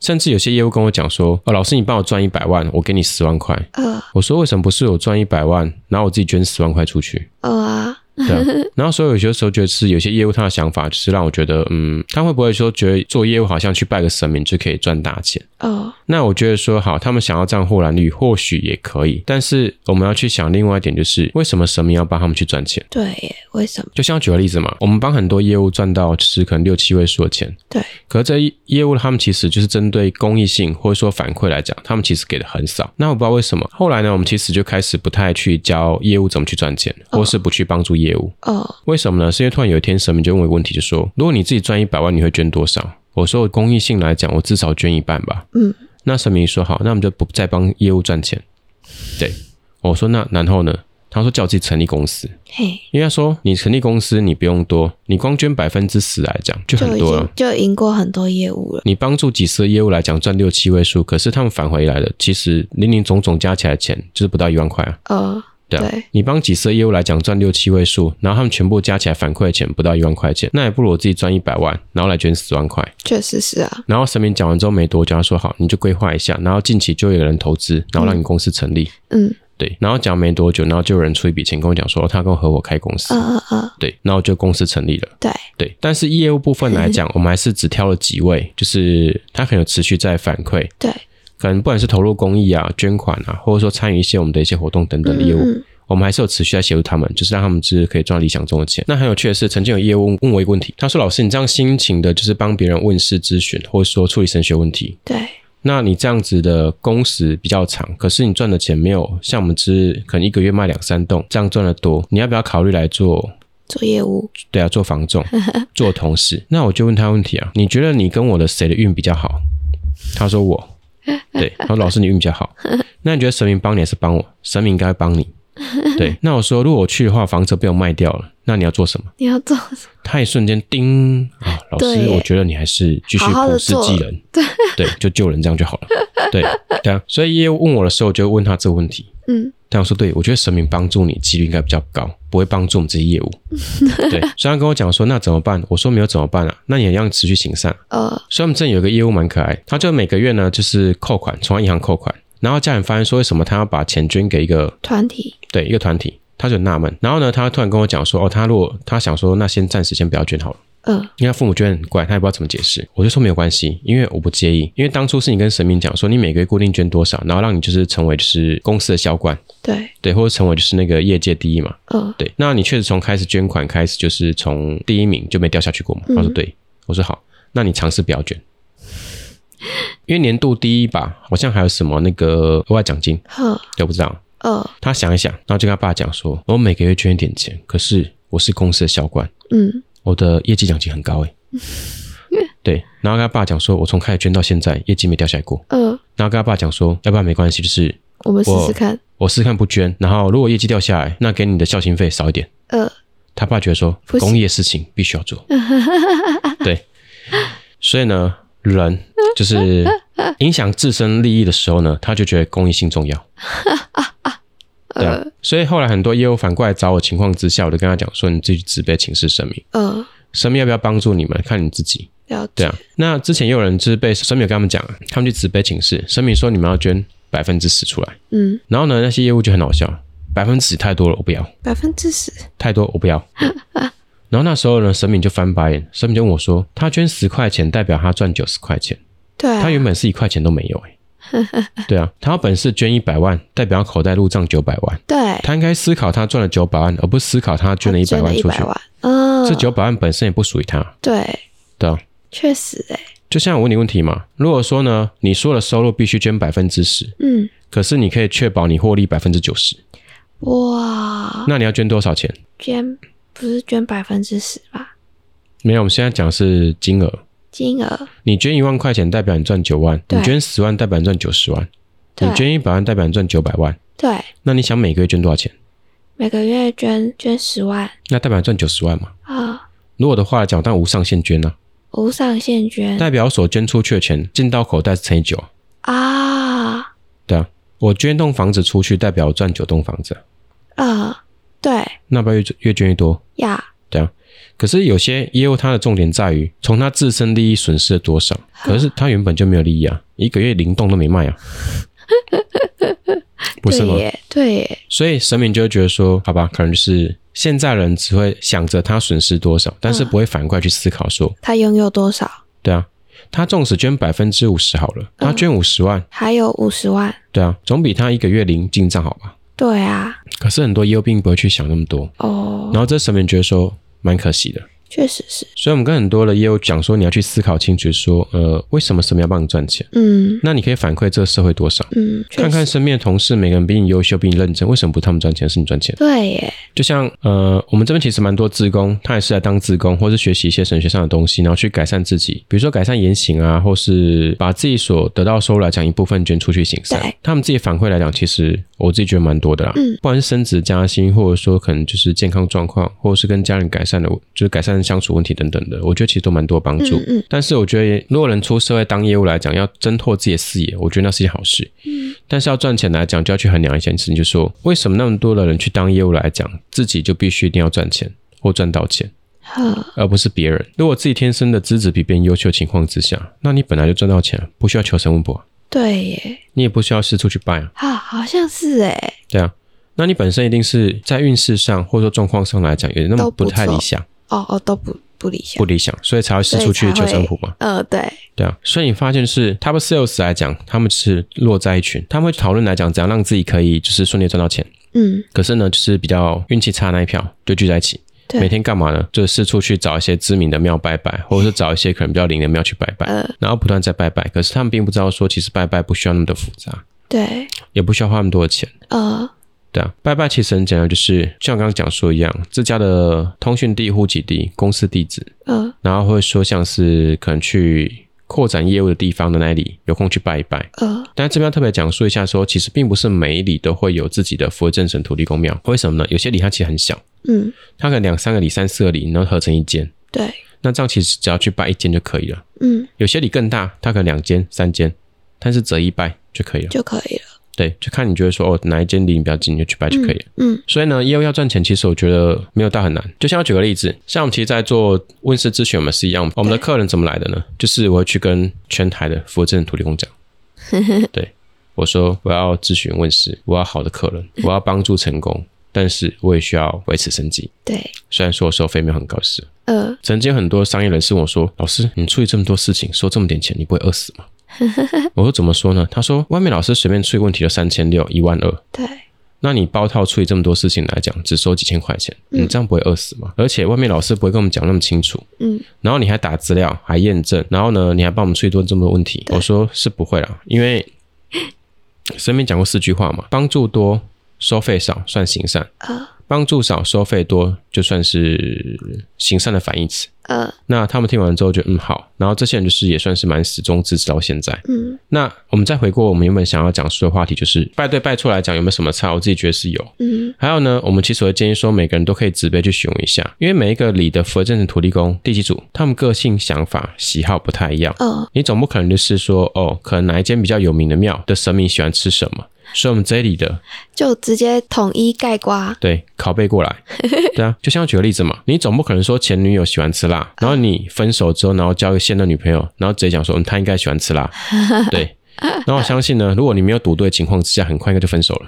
[SPEAKER 1] 甚至有些业务跟我讲说，哦，老师你帮我赚一百万，我给你十万块。
[SPEAKER 2] 呃
[SPEAKER 1] 我说为什么不是我赚一百万，然后我自己捐十万块出去？
[SPEAKER 2] 呃啊，
[SPEAKER 1] 对啊、然后所以有些时候觉得是有些业务他的想法，就是让我觉得，嗯，他会不会说觉得做业务好像去拜个神明就可以赚大钱？
[SPEAKER 2] 呃，
[SPEAKER 1] 那我觉得说好，他们想要这样获蓝率，或许也可以，但是我们要去想另外一点，就是为什么神明要帮他们去赚钱？
[SPEAKER 2] 对耶，为什么？
[SPEAKER 1] 就像举个例子嘛，我们帮很多业务赚到就是可能六七位数的钱，
[SPEAKER 2] 对，
[SPEAKER 1] 可是这一业务他们其实就是针对公益性或者说反馈来讲，他们其实给的很少。那我不知道为什么，后来呢，我们其实就开始不太去教业务怎么去赚钱，或是不去帮助业务。
[SPEAKER 2] 呃
[SPEAKER 1] 为什么呢？是因为突然有一天神明就问我一个问题，就说：如果你自己赚一百万，你会捐多少？我说我公益性来讲，我至少捐一半吧。
[SPEAKER 2] 嗯，
[SPEAKER 1] 那神明说好，那我们就不再帮业务赚钱。对，我说那然后呢？他说叫我自己成立公司，
[SPEAKER 2] 嘿，
[SPEAKER 1] 因为他说你成立公司你不用多，你光捐百分之十来讲就
[SPEAKER 2] 就
[SPEAKER 1] 很
[SPEAKER 2] 已
[SPEAKER 1] 多了
[SPEAKER 2] 经。就赢过很多业务了。
[SPEAKER 1] 你帮助几十个业务来讲赚六七位数，可是他们返回来的其实零零总总加起来钱就是不到一万块啊。
[SPEAKER 2] 呃，
[SPEAKER 1] 对啊
[SPEAKER 2] 对
[SPEAKER 1] 你帮几十个业务来讲赚六七位数，然后他们全部加起来反馈的钱不到一万块钱，那也不如我自己赚一百万，然后来捐十万块。
[SPEAKER 2] 确实是啊，
[SPEAKER 1] 然后神明讲完之后没多久，他说好，你就规划一下，然后近期就有人投资，然后让你公司成立。
[SPEAKER 2] 嗯，
[SPEAKER 1] 对，然后讲没多久，然后就有人出一笔钱跟我讲说，他跟我合伙开公司。
[SPEAKER 2] 呃呃呃，
[SPEAKER 1] 对，然后就公司成立了。
[SPEAKER 2] 对，
[SPEAKER 1] 对，但是业务部分来讲，我们还是只挑了几位，就是他可能有持续在反馈，
[SPEAKER 2] 对，
[SPEAKER 1] 可能不管是投入公益啊、捐款啊，或者说参与一些我们的一些活动等等的业务，
[SPEAKER 2] 嗯嗯
[SPEAKER 1] 我们还是有持续在协助他们，就是让他们就是可以赚理想中的钱。那很有趣的是，曾经有业务问我一个问题，他说：“老师，你这样辛勤的，就是帮别人问事咨询，或者说处理神学问题，
[SPEAKER 2] 对，
[SPEAKER 1] 那你这样子的工时比较长，可是你赚的钱没有像我们只可能一个月卖两三栋这样赚的多，你要不要考虑来做
[SPEAKER 2] 做业务，
[SPEAKER 1] 对啊，做房仲，做同事。那我就问他问题啊，你觉得你跟我的谁的运比较好？他说我，对，他说老师你运比较好。那你觉得神明帮你还是帮我？神明应该会帮你。对，那我说如果我去的话，房车被我卖掉了，那你要做什么？
[SPEAKER 2] 你要做
[SPEAKER 1] 他一瞬间叮啊，老
[SPEAKER 2] 对
[SPEAKER 1] 师，
[SPEAKER 2] 耶
[SPEAKER 1] 我觉得你还是继续
[SPEAKER 2] 好好地
[SPEAKER 1] 普世
[SPEAKER 2] 做
[SPEAKER 1] 济人，对，就救人这样就
[SPEAKER 2] [laughs]
[SPEAKER 1] 好了。对，对啊。所以业务问我的时候，我就问他这个问题。
[SPEAKER 2] 嗯，
[SPEAKER 1] 他说：“对，我觉得神明帮助你几率应该比较高，不会帮助我们这些
[SPEAKER 2] [laughs]
[SPEAKER 1] 业务。对，所以他跟我讲说，那怎么办？我说没有怎么办啊，那你也要持续行善。
[SPEAKER 2] 呃，
[SPEAKER 1] 所以我们这里有一个业务蛮可爱，他就每个月呢就是扣款，从他银行扣款，然后家人发现说为什么他要把钱捐给一个
[SPEAKER 2] 团体，
[SPEAKER 1] 对一个团体，他就很纳闷。然后呢，他突然跟我讲说，哦，他如果他想说，那先暂时先不要捐好了。”
[SPEAKER 2] 呃，
[SPEAKER 1] 因为他父母觉得很怪，他也不知道怎么解释。我就说没有关系，因为我不介意，因为当初是你跟神明讲说你每个月固定捐多少，然后让你就是成为就是公司的销冠，
[SPEAKER 2] 对，
[SPEAKER 1] 对，或者成为就是那个业界第一嘛，
[SPEAKER 2] 呃，
[SPEAKER 1] 对。那你确实从开始捐款开始，就是从第一名就没掉下去过嘛？他说对，我说好，那你尝试不要捐，因为年度第一吧，好像还有什么那个额外奖金，
[SPEAKER 2] 呵，
[SPEAKER 1] 对我不知道。
[SPEAKER 2] 呃，
[SPEAKER 1] 他想一想，然后就跟他爸讲说，我每个月捐一点钱，可是我是公司的销冠，
[SPEAKER 2] 嗯，
[SPEAKER 1] 我的业绩奖金很高诶。对，然后跟他爸讲说，我从开始捐到现在，业绩没掉下来过。
[SPEAKER 2] 呃，
[SPEAKER 1] 然后跟他爸讲说，要不然没关系，就是
[SPEAKER 2] 我们试
[SPEAKER 1] 我
[SPEAKER 2] 试看，
[SPEAKER 1] 我试试看不捐，然后如果业绩掉下来，那给你的孝心费少一点。
[SPEAKER 2] 呃，
[SPEAKER 1] 他爸觉得说
[SPEAKER 2] 不，行
[SPEAKER 1] 公益的事情必须要
[SPEAKER 2] [laughs]
[SPEAKER 1] 做。对，所以呢，人
[SPEAKER 2] [laughs]
[SPEAKER 1] 就是影响自身利益的时候呢，他就觉得公益性重
[SPEAKER 2] [laughs]
[SPEAKER 1] 要。对啊，所以后来很多业务反过来找我情况之下，我就跟他讲说，你自己自卑请示神明，
[SPEAKER 2] 呃，
[SPEAKER 1] 神明要不要帮助你们，看你自己。
[SPEAKER 2] 了
[SPEAKER 1] 对
[SPEAKER 2] 解，
[SPEAKER 1] 啊，那之前也有人就是被神明有跟他们讲，他们去慈悲请示，神明说你们要捐百分之十出来，
[SPEAKER 2] 嗯，
[SPEAKER 1] 然后呢，那些业务就很好笑，百分之十太多了，我不要。
[SPEAKER 2] 百分之十，
[SPEAKER 1] 太多，我不要。 [laughs] 然后那时候呢，神明就翻白眼，神明就问我说：“他捐十块钱，代表他赚九十块钱，
[SPEAKER 2] 对啊
[SPEAKER 1] 他，原本是一块钱都没有、
[SPEAKER 2] [laughs]
[SPEAKER 1] 欸，对啊，他有本事捐一百万，代表他口袋入账九百万，
[SPEAKER 2] 对，
[SPEAKER 1] 他应该思考他赚了九百万，而不是思考他捐了一百万
[SPEAKER 2] 一
[SPEAKER 1] 出
[SPEAKER 2] 百
[SPEAKER 1] 去。
[SPEAKER 2] 万，嗯，
[SPEAKER 1] 这九百万本身也不属于他，
[SPEAKER 2] 对，
[SPEAKER 1] 对啊。
[SPEAKER 2] 确实，哎，
[SPEAKER 1] 就像我问你问题嘛，如果说呢，你说的收入必须捐百分之十，
[SPEAKER 2] 嗯，
[SPEAKER 1] 可是你可以确保你获利百分之九十，
[SPEAKER 2] 哦哇，
[SPEAKER 1] 那你要捐多少钱？
[SPEAKER 2] 捐不是捐百分之十吧？
[SPEAKER 1] 没有，我们现在讲的是金额，
[SPEAKER 2] 金额，
[SPEAKER 1] 你捐一万块钱代表你赚九万，
[SPEAKER 2] 对
[SPEAKER 1] 你捐十万代表你赚九十万，
[SPEAKER 2] 对
[SPEAKER 1] 你捐一百万代表你赚九百万。
[SPEAKER 2] 对，
[SPEAKER 1] 那你想每个月捐多少钱？
[SPEAKER 2] 每个月捐捐十万
[SPEAKER 1] 那代表你赚九十万嘛？
[SPEAKER 2] 啊，
[SPEAKER 1] 如果的话来讲，但无上限捐啊，
[SPEAKER 2] 无上限捐
[SPEAKER 1] 代表所捐出去的钱进到口袋是乘以九啊，
[SPEAKER 2] 啊，
[SPEAKER 1] 对啊。我捐一栋房子出去，代表我赚九栋房子啊，
[SPEAKER 2] 呃，对
[SPEAKER 1] 那不要越越捐越多，
[SPEAKER 2] 呀，
[SPEAKER 1] 对啊。可是有些业务它的重点在于从它自身利益损失了多少，
[SPEAKER 2] 啊
[SPEAKER 1] 可是它原本就没有利益啊，一个月零栋都没卖
[SPEAKER 2] [laughs]
[SPEAKER 1] 啊，不是
[SPEAKER 2] 对
[SPEAKER 1] 吗？
[SPEAKER 2] 耶，对耶，
[SPEAKER 1] 所以神明就会觉得说，好吧，可能就是现在人只会想着他损失多少，但是不会反过来去思考说，
[SPEAKER 2] 他拥有多少？
[SPEAKER 1] 对啊，他纵使捐百分之五十好了，
[SPEAKER 2] 嗯
[SPEAKER 1] 他捐五十万，
[SPEAKER 2] 还有五十万，
[SPEAKER 1] 对啊，总比他一个月零进账好吧？
[SPEAKER 2] 对啊，
[SPEAKER 1] 可是很多业务并不会去想那么多，
[SPEAKER 2] 哦，
[SPEAKER 1] 然后这神明觉得说蛮可惜的，
[SPEAKER 2] 确实是，
[SPEAKER 1] 所以我们跟很多的业务讲说，你要去思考清楚，说，呃，为什么神明要帮你赚钱？
[SPEAKER 2] 嗯
[SPEAKER 1] 那你可以反馈这个社会多少？
[SPEAKER 2] 嗯，确
[SPEAKER 1] 看
[SPEAKER 2] 实，
[SPEAKER 1] 看身边的同事，每个人比你优秀，比你认真，为什么不是他们赚钱，是你赚钱？
[SPEAKER 2] 对耶，
[SPEAKER 1] 就像呃，我们这边其实蛮多志工，他也是来当志工，或是学习一些神学上的东西，然后去改善自己，比如说改善言行啊，或是把自己所得到的收入来讲一部分捐出去行善
[SPEAKER 2] 对。
[SPEAKER 1] 他们自己反馈来讲，其实我自己觉得蛮多的啦。嗯，不管是升职加薪，或者说可能就是健康状况，或者是跟家人改善的，就是改善相处问题等等的，我觉得其实都蛮多帮助。
[SPEAKER 2] 嗯嗯
[SPEAKER 1] 但是我觉得，如果能出社会当业务来讲，要挣脱自己的视野，我觉得那是一件好事。但是要赚钱来讲，就要去衡量一件事情，就是说为什么那么多的人去当业务来讲，自己就必须一定要赚钱或赚到钱。
[SPEAKER 2] 呵，
[SPEAKER 1] 而不是别人。如果自己天生的资质比别人优秀的情况之下，那你本来就赚到钱了，不需要求神问卜啊，
[SPEAKER 2] 对耶，
[SPEAKER 1] 你也不需要四处去拜啊，
[SPEAKER 2] 啊，好像是哎，
[SPEAKER 1] 对啊。那你本身一定是在运势上或者说状况上来讲，有那么
[SPEAKER 2] 都不
[SPEAKER 1] 不太
[SPEAKER 2] 错
[SPEAKER 1] 理想，
[SPEAKER 2] 哦哦，都不不理想
[SPEAKER 1] 不，理想，所以才要四处去求神卜嘛，
[SPEAKER 2] 呃，对，
[SPEAKER 1] 对啊。所以你发现是 top sales 来讲，他们是落在一群，他们会讨论来讲怎样让自己可以就是顺利地赚到钱，
[SPEAKER 2] 嗯，
[SPEAKER 1] 可是呢，就是比较运气差那一票就聚在一起，
[SPEAKER 2] 对
[SPEAKER 1] 每天干嘛呢？就是四处去找一些知名的庙拜拜，或者是找一些可能比较灵的庙去拜拜，
[SPEAKER 2] 嗯
[SPEAKER 1] 然后不断在拜拜。可是他们并不知道说，其实拜拜不需要那么的复杂，
[SPEAKER 2] 对，
[SPEAKER 1] 也不需要花那么多的钱。
[SPEAKER 2] 呃，
[SPEAKER 1] 对啊，拜拜其实很简单，就是就像刚刚讲说一样，自家的通讯地、户籍地、公司地址，
[SPEAKER 2] 呃，
[SPEAKER 1] 然后会说像是可能去扩展业务的地方的那里，有空去拜一拜。
[SPEAKER 2] 呃，
[SPEAKER 1] 但这边要特别讲述一下说，其实并不是每一里都会有自己的福正神土地公庙，为什么呢？有些里它其实很小，
[SPEAKER 2] 嗯，
[SPEAKER 1] 它可能两三个里、三四个里，然后合成一间。
[SPEAKER 2] 对，
[SPEAKER 1] 那这样其实只要去拜一间就可以了。
[SPEAKER 2] 嗯，
[SPEAKER 1] 有些里更大，它可能两间、三间，但是择一拜就可以了。
[SPEAKER 2] 就可以了，
[SPEAKER 1] 对，就看你觉得说哦哪一间离你比较近，你就去拜就可以了。
[SPEAKER 2] 嗯，
[SPEAKER 1] 所以呢，业务要赚钱，其实我觉得没有到很难。就像我举个例子，像我们其实在做问世咨询，我们是一样，我们的客人怎么来的呢？就是我会去跟全台的福建土地
[SPEAKER 2] [laughs]
[SPEAKER 1] 公讲，对我说我要咨询问世，我要好的客人，我要帮助成功，但是我也需要维持生计。
[SPEAKER 2] 对，
[SPEAKER 1] 虽然说我收费没有很高，是
[SPEAKER 2] 呃，
[SPEAKER 1] 曾经很多商业人士问我说：“老师，你处理这么多事情，收这么点钱，你不会饿死吗？”我说：“怎么说呢？”他说：“外面老师随便处理问题都三千六、一万二，
[SPEAKER 2] 对，
[SPEAKER 1] 那你包套处理这么多事情来讲，只收几千块钱，你这样不会饿死吗？而且外面老师不会跟我们讲那么清楚，
[SPEAKER 2] 嗯，
[SPEAKER 1] 然后你还打资料，还验证，然后呢，你还帮我们处理多这么多问题。”我说：“是不会啦，因为身边讲过四句话嘛，帮助多，收费少，算行善；
[SPEAKER 2] 呃，
[SPEAKER 1] 帮助少，收费多，就算是行善的反义词。”
[SPEAKER 2] 呃，
[SPEAKER 1] 那他们听完之后就嗯好，然后这些人就是也算是蛮始终支持到现在。
[SPEAKER 2] 嗯，
[SPEAKER 1] 那我们再回过我们原本想要讲述的话题，就是拜对拜错来讲有没有什么差？我自己觉得是有。
[SPEAKER 2] 嗯，
[SPEAKER 1] 还有呢，我们其实会建议说，每个人都可以直接去询问一下，因为每一个里的佛正的土地公、地基主，他们个性、想法、喜好不太一样。
[SPEAKER 2] 呃，
[SPEAKER 1] 你总不可能就是说，哦，可能哪一间比较有名的庙的神明喜欢吃什么，所以我们这里的
[SPEAKER 2] 就直接统一盖瓜，
[SPEAKER 1] 对，拷贝过来。对啊，就像举个例子嘛，你总不可能说前女友喜欢吃辣，然后你分手之后，然后交一个现任女朋友，然后直接讲说，嗯，她应该喜欢吃辣。对，然后我相信呢，如果你没有赌对的情况之下，很快应该就分手了。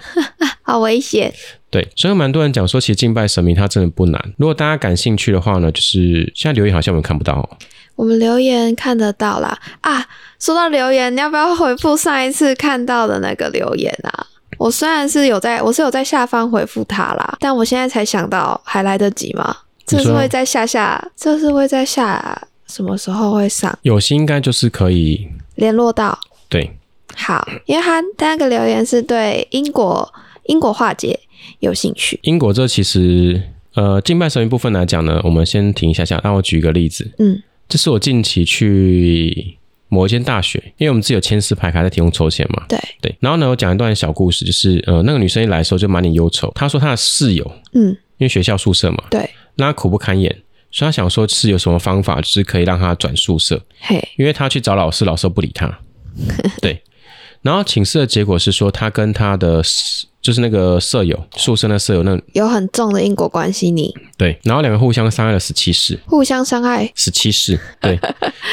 [SPEAKER 2] 好危险，
[SPEAKER 1] 对，所以蛮多人讲说，其实敬拜神明它真的不难。如果大家感兴趣的话呢，就是现在留言好像我们看不到、哦，
[SPEAKER 2] 我们留言看得到啦啊！说到留言，你要不要回复上一次看到的那个留言啊？我虽然是有在，我是有在下方回复他啦，但我现在才想到，还来得及吗？
[SPEAKER 1] 你
[SPEAKER 2] 这
[SPEAKER 1] 说
[SPEAKER 2] 是会在下下，这是会在下什么时候会上
[SPEAKER 1] 有心应该就是可以。
[SPEAKER 2] 联络到？
[SPEAKER 1] 对，
[SPEAKER 2] 好，因为他他那个留言是对英国英国化解有兴趣，
[SPEAKER 1] 英国这其实呃敬拜神明部分来讲呢，我们先停一下下，让我举一个例子。
[SPEAKER 2] 嗯，
[SPEAKER 1] 这是我近期去某一间大学，因为我们自己有签诗牌卡在提供抽签嘛。
[SPEAKER 2] 对，
[SPEAKER 1] 对，然后呢，我讲一段小故事，就是呃，那个女生一来的时候就满脸忧愁，她说她的室友，
[SPEAKER 2] 嗯，
[SPEAKER 1] 因为学校宿舍嘛，
[SPEAKER 2] 对，
[SPEAKER 1] 那她苦不堪言，所以她想说是有什么方法，就是可以让她转宿舍，
[SPEAKER 2] 嘿，
[SPEAKER 1] 因为她去找老师，老师都不理她。对，然后请示的结果是说，她跟她的就是那个呃舍友，宿舍那舍友那
[SPEAKER 2] 有很重的因果关系你，
[SPEAKER 1] 对，然后两个互相伤害了十七世，
[SPEAKER 2] 互相伤害，
[SPEAKER 1] 十七世，对，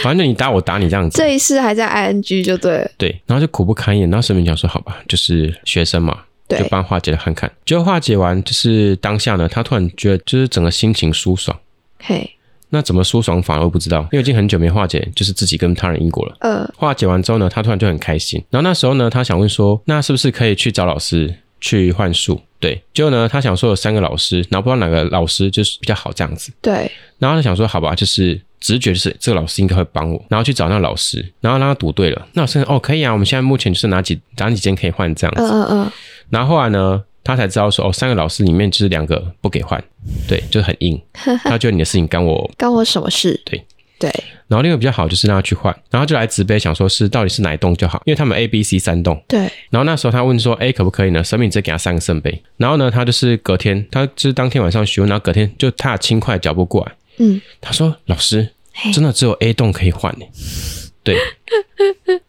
[SPEAKER 1] 反正就你打我打你这样子。
[SPEAKER 2] 这一世还在 ing 就对了，
[SPEAKER 1] 对，然后就苦不堪言。然后神明讲说：“好吧，就是学生嘛，
[SPEAKER 2] 对
[SPEAKER 1] 就帮他化解了看看。”结果化解完，就是当下呢，他突然觉得就是整个心情舒爽。
[SPEAKER 2] 嘿，
[SPEAKER 1] 那怎么舒爽反而不知道，因为已经很久没化解，就是自己跟他人因果了。
[SPEAKER 2] 呃，
[SPEAKER 1] 化解完之后呢，他突然就很开心。然后那时候呢，他想问说：“那是不是可以去找老师去换术？”对，结果呢，他想说有三个老师，然后不知道哪个老师就是比较好这样子。
[SPEAKER 2] 对，
[SPEAKER 1] 然后他想说，好吧，就是直觉就是这个老师应该会帮我，然后去找那个老师，然后让他赌对了。那老师哦，可以啊，我们现在目前就是哪几哪几间可以换这样
[SPEAKER 2] 嗯
[SPEAKER 1] 子。
[SPEAKER 2] 嗯嗯，
[SPEAKER 1] 然后后来呢，他才知道说，哦，三个老师里面就是两个不给换，对，就是很硬。他觉得你的事情干我
[SPEAKER 2] 干我什么事？
[SPEAKER 1] 对。
[SPEAKER 2] 对，
[SPEAKER 1] 然后另一个比较好就是让他去换，然后就来直杯想说是到底是哪一栋就好，因为他们 A、B、C 三栋。
[SPEAKER 2] 对，
[SPEAKER 1] 然后那时候他问说，哎，可不可以呢？神明直接给他三个圣杯。然后呢，他就是隔天，他就是当天晚上询问，然后隔天就踏轻快脚步过来，
[SPEAKER 2] 嗯，
[SPEAKER 1] 他说：“老师
[SPEAKER 2] 嘿，
[SPEAKER 1] 真的只有 A 栋可以换
[SPEAKER 2] [laughs]
[SPEAKER 1] 呢。”对。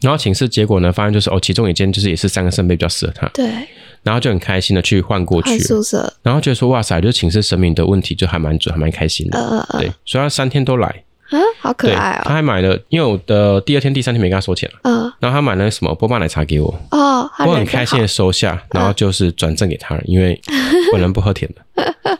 [SPEAKER 1] 然后请示结果呢，发现就是哦，其中一间就是也是三个圣杯比较适合他，
[SPEAKER 2] 对，
[SPEAKER 1] 然后就很开心的去换过
[SPEAKER 2] 换
[SPEAKER 1] 去，
[SPEAKER 2] 宿舍，
[SPEAKER 1] 然后觉得说哇塞，就是请示神明的问题就还蛮准，还蛮开心的。
[SPEAKER 2] 呃呃呃，
[SPEAKER 1] 对，所以他三天都来，
[SPEAKER 2] 啊，好可
[SPEAKER 1] 对，
[SPEAKER 2] 爱哦，
[SPEAKER 1] 他还买了，因为我的第二天、第三天没跟他收钱了，
[SPEAKER 2] 嗯，
[SPEAKER 1] 然后他买了什么波霸奶茶给我，
[SPEAKER 2] 哦，他
[SPEAKER 1] 我很
[SPEAKER 2] 人真
[SPEAKER 1] 开心
[SPEAKER 2] 好嗯
[SPEAKER 1] 的，收下，然后就是转赠给他人，因
[SPEAKER 2] [laughs]
[SPEAKER 1] 为本人不喝甜的。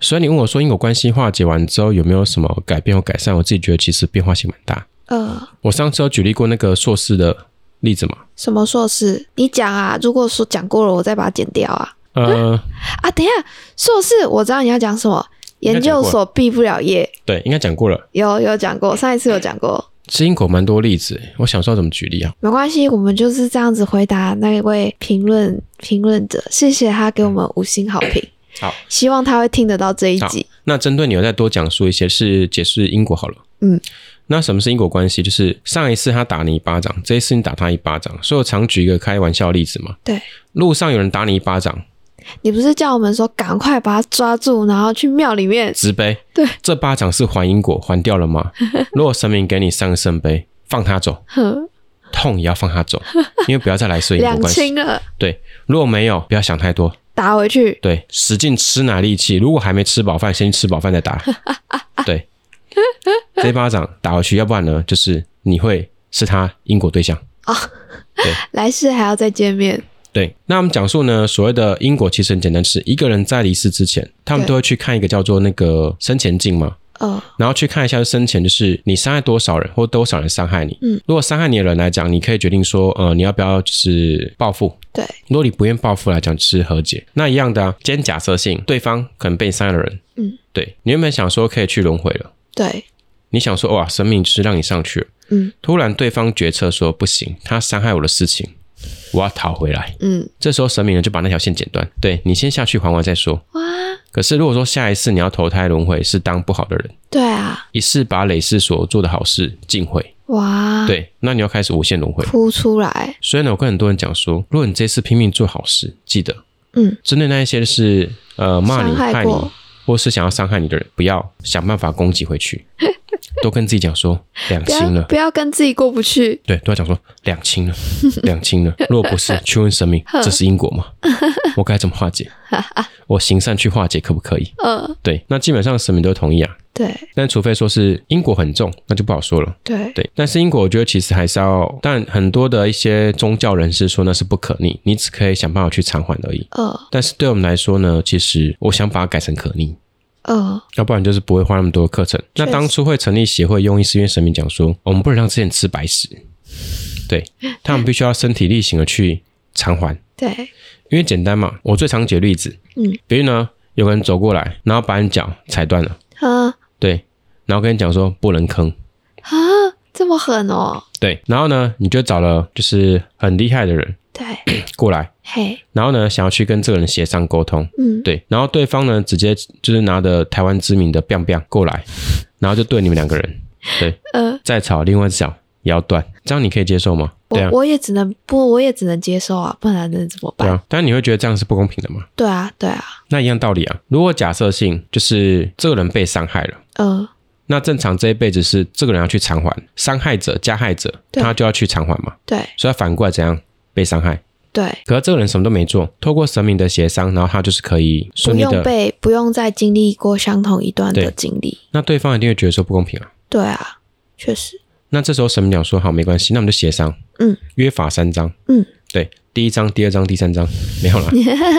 [SPEAKER 1] 所以你问我说因果关系化解完之后有没有什么改变或改善？我自己觉得其实变化性蛮大。
[SPEAKER 2] 呃，
[SPEAKER 1] 我上次有举例过那个硕士的例子嘛，
[SPEAKER 2] 什么硕士？你讲啊，如果说讲过了，我再把它剪掉啊。
[SPEAKER 1] 呃，
[SPEAKER 2] 啊，等一下，硕士，我知道你要讲什么，研究所毕不了业，
[SPEAKER 1] 对，应该讲过了，
[SPEAKER 2] 有有讲过，上一次有讲过，
[SPEAKER 1] 是因果蛮多例子，我想说怎么举例啊？
[SPEAKER 2] 没关系，我们就是这样子回答那位评论评论者，谢谢他给我们五星好评，
[SPEAKER 1] 好，
[SPEAKER 2] 希望他会听得到这一
[SPEAKER 1] 好
[SPEAKER 2] 集，
[SPEAKER 1] 那针对你，我再多讲述一些是解释因果好了。
[SPEAKER 2] 嗯，
[SPEAKER 1] 那什么是因果关系？就是上一次他打你一巴掌，这一次你打他一巴掌，所以我常举一个开玩笑的例子嘛。
[SPEAKER 2] 对，
[SPEAKER 1] 路上有人打你一巴掌，
[SPEAKER 2] 你不是叫我们说赶快把他抓住，然后去庙里面，
[SPEAKER 1] 直杯，
[SPEAKER 2] 对，
[SPEAKER 1] 这巴掌是还因果，还掉了
[SPEAKER 2] [laughs]
[SPEAKER 1] 吗？如果神明给你三个圣杯，放他走，
[SPEAKER 2] 哼，
[SPEAKER 1] 痛也要放他
[SPEAKER 2] [laughs]
[SPEAKER 1] 走，因为不要再来睡因果
[SPEAKER 2] 两
[SPEAKER 1] 关系。
[SPEAKER 2] 清了，
[SPEAKER 1] 对，如果没有，不要想太多，
[SPEAKER 2] 打回去，
[SPEAKER 1] 对，使劲吃奶力气。如果还没吃饱饭，先吃饱饭再
[SPEAKER 2] [laughs]
[SPEAKER 1] 打。对，这一巴掌打回去，要不然呢，就是你会是他因果对象。
[SPEAKER 2] 来世还要再见面，
[SPEAKER 1] 对，那我们讲述呢，所谓的因果其实很简单，是一个人在离世之前，他们
[SPEAKER 2] 对
[SPEAKER 1] 都会去看一个叫做那个生前镜嘛，
[SPEAKER 2] 呃，
[SPEAKER 1] 然后去看一下生前就是你伤害多少人或多少人伤害你。
[SPEAKER 2] 嗯，
[SPEAKER 1] 如果伤害你的人来讲，你可以决定说，呃，你要不要就是报复。
[SPEAKER 2] 对，
[SPEAKER 1] 如果你不愿报复来讲，就是和解。那一样的啊，今天假设性对方可能被你伤害的人，
[SPEAKER 2] 嗯，
[SPEAKER 1] 对你原本想说可以去轮回了，
[SPEAKER 2] 对，
[SPEAKER 1] 你想说哇，生命是让你上去了，
[SPEAKER 2] 嗯
[SPEAKER 1] 突然对方决策说不行，他伤害我的事情，我要讨回来。
[SPEAKER 2] 嗯，
[SPEAKER 1] 这时候神明呢就把那条线剪断，对你先下去还完再说。
[SPEAKER 2] 哇，
[SPEAKER 1] 可是如果说下一次你要投胎轮回是当不好的人，
[SPEAKER 2] 对啊，
[SPEAKER 1] 一世把累世所做的好事尽毁，
[SPEAKER 2] 哇，
[SPEAKER 1] 对，那你要开始无限轮回。
[SPEAKER 2] 哭出来，
[SPEAKER 1] 所以呢，我跟很多人讲说，如果你这次拼命做好事，记得
[SPEAKER 2] 嗯，
[SPEAKER 1] 针对那一些是呃骂你、
[SPEAKER 2] 伤害
[SPEAKER 1] 害你
[SPEAKER 2] 过，
[SPEAKER 1] 或是想要伤害你的人，不要想办法攻击回
[SPEAKER 2] [laughs]
[SPEAKER 1] 去，都跟自己讲说两
[SPEAKER 2] 不
[SPEAKER 1] 清
[SPEAKER 2] 要
[SPEAKER 1] 了。
[SPEAKER 2] 不要跟自己过不去，
[SPEAKER 1] 对，都要讲说两清了，两清了。如果不是，去问神
[SPEAKER 2] [laughs]
[SPEAKER 1] 明，这是因果吗？我该怎么化解？我行善去化解可不可以？
[SPEAKER 2] 呃，
[SPEAKER 1] 对，那基本上神明都同意啊。
[SPEAKER 2] 对
[SPEAKER 1] 但除非说是因果很重，那就不好说了。
[SPEAKER 2] 对，
[SPEAKER 1] 对，但是因果我觉得其实还是要，但很多的一些宗教人士说那是不可逆，你只可以想办法去偿还而已。
[SPEAKER 2] 呃
[SPEAKER 1] 但是对我们来说呢，其实我想把它改成可逆，
[SPEAKER 2] 呃，
[SPEAKER 1] 要不然就是不会花那么多的课程。那
[SPEAKER 2] 确实
[SPEAKER 1] 当初会成立协会，用意是因为神明讲说，我们不能让这些人吃白食，对
[SPEAKER 2] [laughs]
[SPEAKER 1] 他们必须要身体力行的去偿还，
[SPEAKER 2] 对，
[SPEAKER 1] 因为简单嘛。我最常举的例子，
[SPEAKER 2] 嗯，
[SPEAKER 1] 比如呢，有个人走过来，然后把你脚踩断了，
[SPEAKER 2] 啊
[SPEAKER 1] 对，然后跟你讲说不能坑，
[SPEAKER 2] 啊，这么狠哦，
[SPEAKER 1] 对，然后呢，你就找了就是很厉害的人
[SPEAKER 2] 对，
[SPEAKER 1] 过来，
[SPEAKER 2] 嘿，
[SPEAKER 1] 然后呢，想要去跟这个人协商沟通，
[SPEAKER 2] 嗯，
[SPEAKER 1] 对，然后对方呢，直接就是拿着台湾知名的 biang biang 过来，然后就对你们两个人，对，
[SPEAKER 2] 呃，
[SPEAKER 1] 再吵，另外一只脚也要断，这样你可以接受吗？对啊
[SPEAKER 2] 我，我也只能不，我也只能接受啊，不然能怎么
[SPEAKER 1] 对
[SPEAKER 2] 办？
[SPEAKER 1] 啊，但你会觉得这样是不公平的吗？
[SPEAKER 2] 对啊，对啊，
[SPEAKER 1] 那一样道理啊，如果假设性就是这个人被伤害了。
[SPEAKER 2] 呃，
[SPEAKER 1] 那正常这一辈子是这个人要去偿还，伤害者、加害者，
[SPEAKER 2] 对
[SPEAKER 1] 他就要去偿还嘛，
[SPEAKER 2] 对
[SPEAKER 1] 所以他反过来怎样被伤害？
[SPEAKER 2] 对，
[SPEAKER 1] 可是这个人什么都没做，透过神明的协商，然后他就是可以
[SPEAKER 2] 不
[SPEAKER 1] 顺利
[SPEAKER 2] 用
[SPEAKER 1] 的。
[SPEAKER 2] 被，不用再经历过相同一段的
[SPEAKER 1] 对
[SPEAKER 2] 经历，
[SPEAKER 1] 那对方一定会觉得说不公平啊。
[SPEAKER 2] 对啊，确实，
[SPEAKER 1] 那这时候神明讲说好，没关系，那我们就协商，
[SPEAKER 2] 嗯，
[SPEAKER 1] 约法三章，
[SPEAKER 2] 嗯，
[SPEAKER 1] 对，第一章、第二章、第三章没有啦，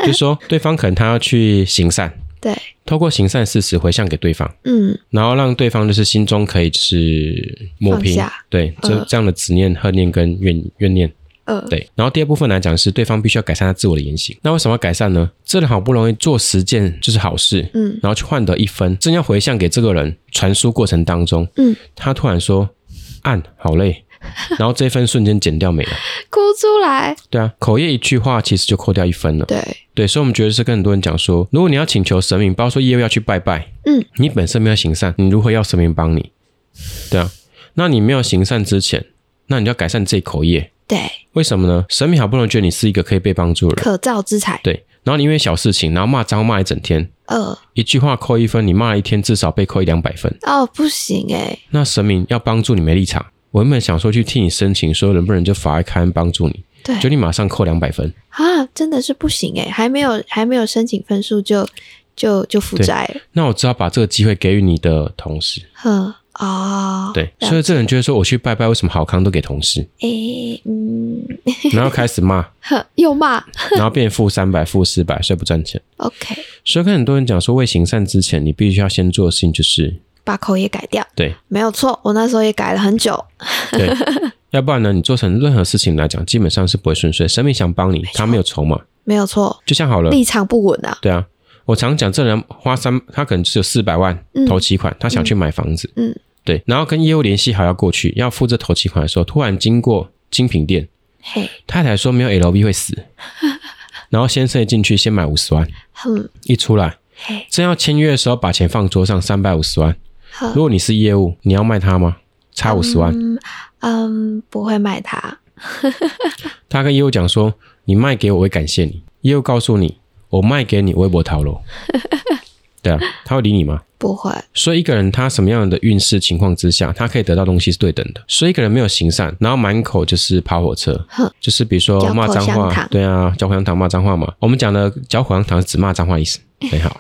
[SPEAKER 1] 就说对方可能他要去行善，
[SPEAKER 2] 对，
[SPEAKER 1] 透过行善事实回向给对方，
[SPEAKER 2] 嗯，
[SPEAKER 1] 然后让对方就是心中可以就是抹
[SPEAKER 2] 放
[SPEAKER 1] 平
[SPEAKER 2] 下，
[SPEAKER 1] 对，这
[SPEAKER 2] 嗯
[SPEAKER 1] 这样的执念、恨念跟怨怨念，
[SPEAKER 2] 呃，
[SPEAKER 1] 对，然后第二部分来讲是对方必须要改善他自我的言行。那为什么要改善呢？这人好不容易做十件就是好事，
[SPEAKER 2] 嗯，
[SPEAKER 1] 然后去换得一分，正要回向给这个人，传输过程当中，
[SPEAKER 2] 嗯，
[SPEAKER 1] 他突然说按好累，然后这一分瞬间减掉没了。
[SPEAKER 2] 哭出来，
[SPEAKER 1] 对啊，口业一句话其实就扣掉一分了。
[SPEAKER 2] 对，
[SPEAKER 1] 对，所以我们觉得是跟很多人讲说，如果你要请求神明，包括说业务要去拜拜，
[SPEAKER 2] 嗯，
[SPEAKER 1] 你本身没有行善，你如何要神明帮你？对啊，那你没有行善之前，那你就要改善这口业。
[SPEAKER 2] 对，
[SPEAKER 1] 为什么呢？神明好不容易觉得你是一个可以被帮助的人，
[SPEAKER 2] 可造之材，
[SPEAKER 1] 对，然后你因为小事情，然后骂脏骂一整天，
[SPEAKER 2] 呃，
[SPEAKER 1] 一句话扣一分，你骂了一天至少被扣一两百分。
[SPEAKER 2] 哦，不行哎、
[SPEAKER 1] 那神明要帮助你没立场，我原本想说去替你申请，说能不能就法外开恩帮助你，
[SPEAKER 2] 对
[SPEAKER 1] 就你马上扣两百分。
[SPEAKER 2] 啊，真的是不行哎、还没有还没有申请分数就就就负债了，
[SPEAKER 1] 那我只好把这个机会给予你的同事，
[SPEAKER 2] 哼哦，
[SPEAKER 1] 对，
[SPEAKER 2] 了
[SPEAKER 1] 所以这人就会说我去拜拜，为什么好康都给同
[SPEAKER 2] [laughs]
[SPEAKER 1] 事？
[SPEAKER 2] 哎、嗯，
[SPEAKER 1] 然后开始骂，
[SPEAKER 2] 哼，又骂
[SPEAKER 1] 然后变负三百、负四百，所以不赚钱。
[SPEAKER 2] ，OK，
[SPEAKER 1] 所以跟很多人讲说，未行善之前，你必须要先做的事情就是
[SPEAKER 2] 把口也改掉，
[SPEAKER 1] 对
[SPEAKER 2] 没有错，我那时候也改了很久， [laughs]
[SPEAKER 1] 对，要不然呢，你做成任何事情来讲，基本上是不会顺遂。神明想帮你，他没有筹码，
[SPEAKER 2] 没有错，
[SPEAKER 1] 就像好了，
[SPEAKER 2] 立场不稳啊，
[SPEAKER 1] 对啊，我常讲，这人花三，他可能只有四百万
[SPEAKER 2] 嗯
[SPEAKER 1] 投期款，他想去买房子，
[SPEAKER 2] 嗯，
[SPEAKER 1] 对，然后跟业务联系好要过去，要付这投期款的时候，突然经过精品店，
[SPEAKER 2] 嘿，
[SPEAKER 1] 太太说没有 LV 会死，
[SPEAKER 2] [laughs]
[SPEAKER 1] 然后先生一进去先买五十万，
[SPEAKER 2] 哼
[SPEAKER 1] 一出来
[SPEAKER 2] 嘿，
[SPEAKER 1] 正要签约的时候把钱放桌上三百五十万，
[SPEAKER 2] 呵
[SPEAKER 1] 如果你是业务，你要卖他吗？差五十万，
[SPEAKER 2] 嗯嗯，不会卖它，
[SPEAKER 1] 他跟业务讲说，你卖给我，我会感谢你。业务告诉你，我卖给你，微博逃
[SPEAKER 2] [laughs]
[SPEAKER 1] 楼，对啊，他会理你吗？
[SPEAKER 2] 不会，
[SPEAKER 1] 所以一个人他什么样的运势情况之下，他可以得到东西是对等的。所以一个人没有行善，然后满口就是跑火车
[SPEAKER 2] 哼，
[SPEAKER 1] 就是比如说骂脏
[SPEAKER 2] 嚼口香
[SPEAKER 1] 话
[SPEAKER 2] 糖，
[SPEAKER 1] 对啊，嚼口香糖骂脏话嘛。我们讲的嚼口香糖是指骂脏话意思。很好，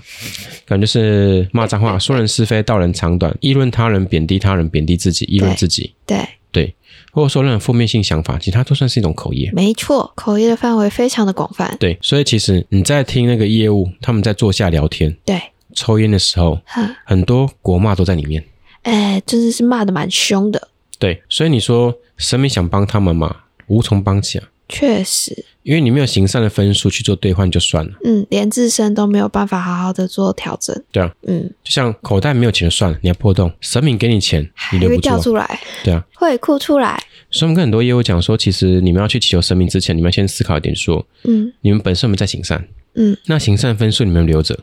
[SPEAKER 1] 感觉是骂脏话，说人是非，道人长短，议论他人，贬低他人，贬低自己，议论自己，
[SPEAKER 2] 对，
[SPEAKER 1] 对，或者说任何负面性想法，其实它都算是一种口业。
[SPEAKER 2] 没错，口译的范围非常的广泛，
[SPEAKER 1] 对，所以其实你在听那个业务他们在坐下聊天、 [laughs]
[SPEAKER 2] 对，
[SPEAKER 1] 抽烟的时候，
[SPEAKER 2] 哼，
[SPEAKER 1] 很多国骂都在里面。
[SPEAKER 2] 哎、真的是骂的蛮凶的，
[SPEAKER 1] 对，所以你说神明想帮他们嘛，无从帮起啊，
[SPEAKER 2] 确实。
[SPEAKER 1] 因为你没有行善的分数去做兑换就算了，
[SPEAKER 2] 嗯，连自身都没有办法好好的做调整。
[SPEAKER 1] 对啊，
[SPEAKER 2] 嗯，
[SPEAKER 1] 就像口袋没有钱就算了，你还破洞，神明给你钱你
[SPEAKER 2] 还
[SPEAKER 1] 留
[SPEAKER 2] 会
[SPEAKER 1] 不住、
[SPEAKER 2] 掉
[SPEAKER 1] 啊，
[SPEAKER 2] 出来，
[SPEAKER 1] 对啊，
[SPEAKER 2] 会哭出来。
[SPEAKER 1] 所以我们跟很多业务讲说，其实你们要去祈求神明之前，你们要先思考一点说，
[SPEAKER 2] 嗯
[SPEAKER 1] 你们本身有没有在行善，
[SPEAKER 2] 嗯，
[SPEAKER 1] 那行善分数你们留着，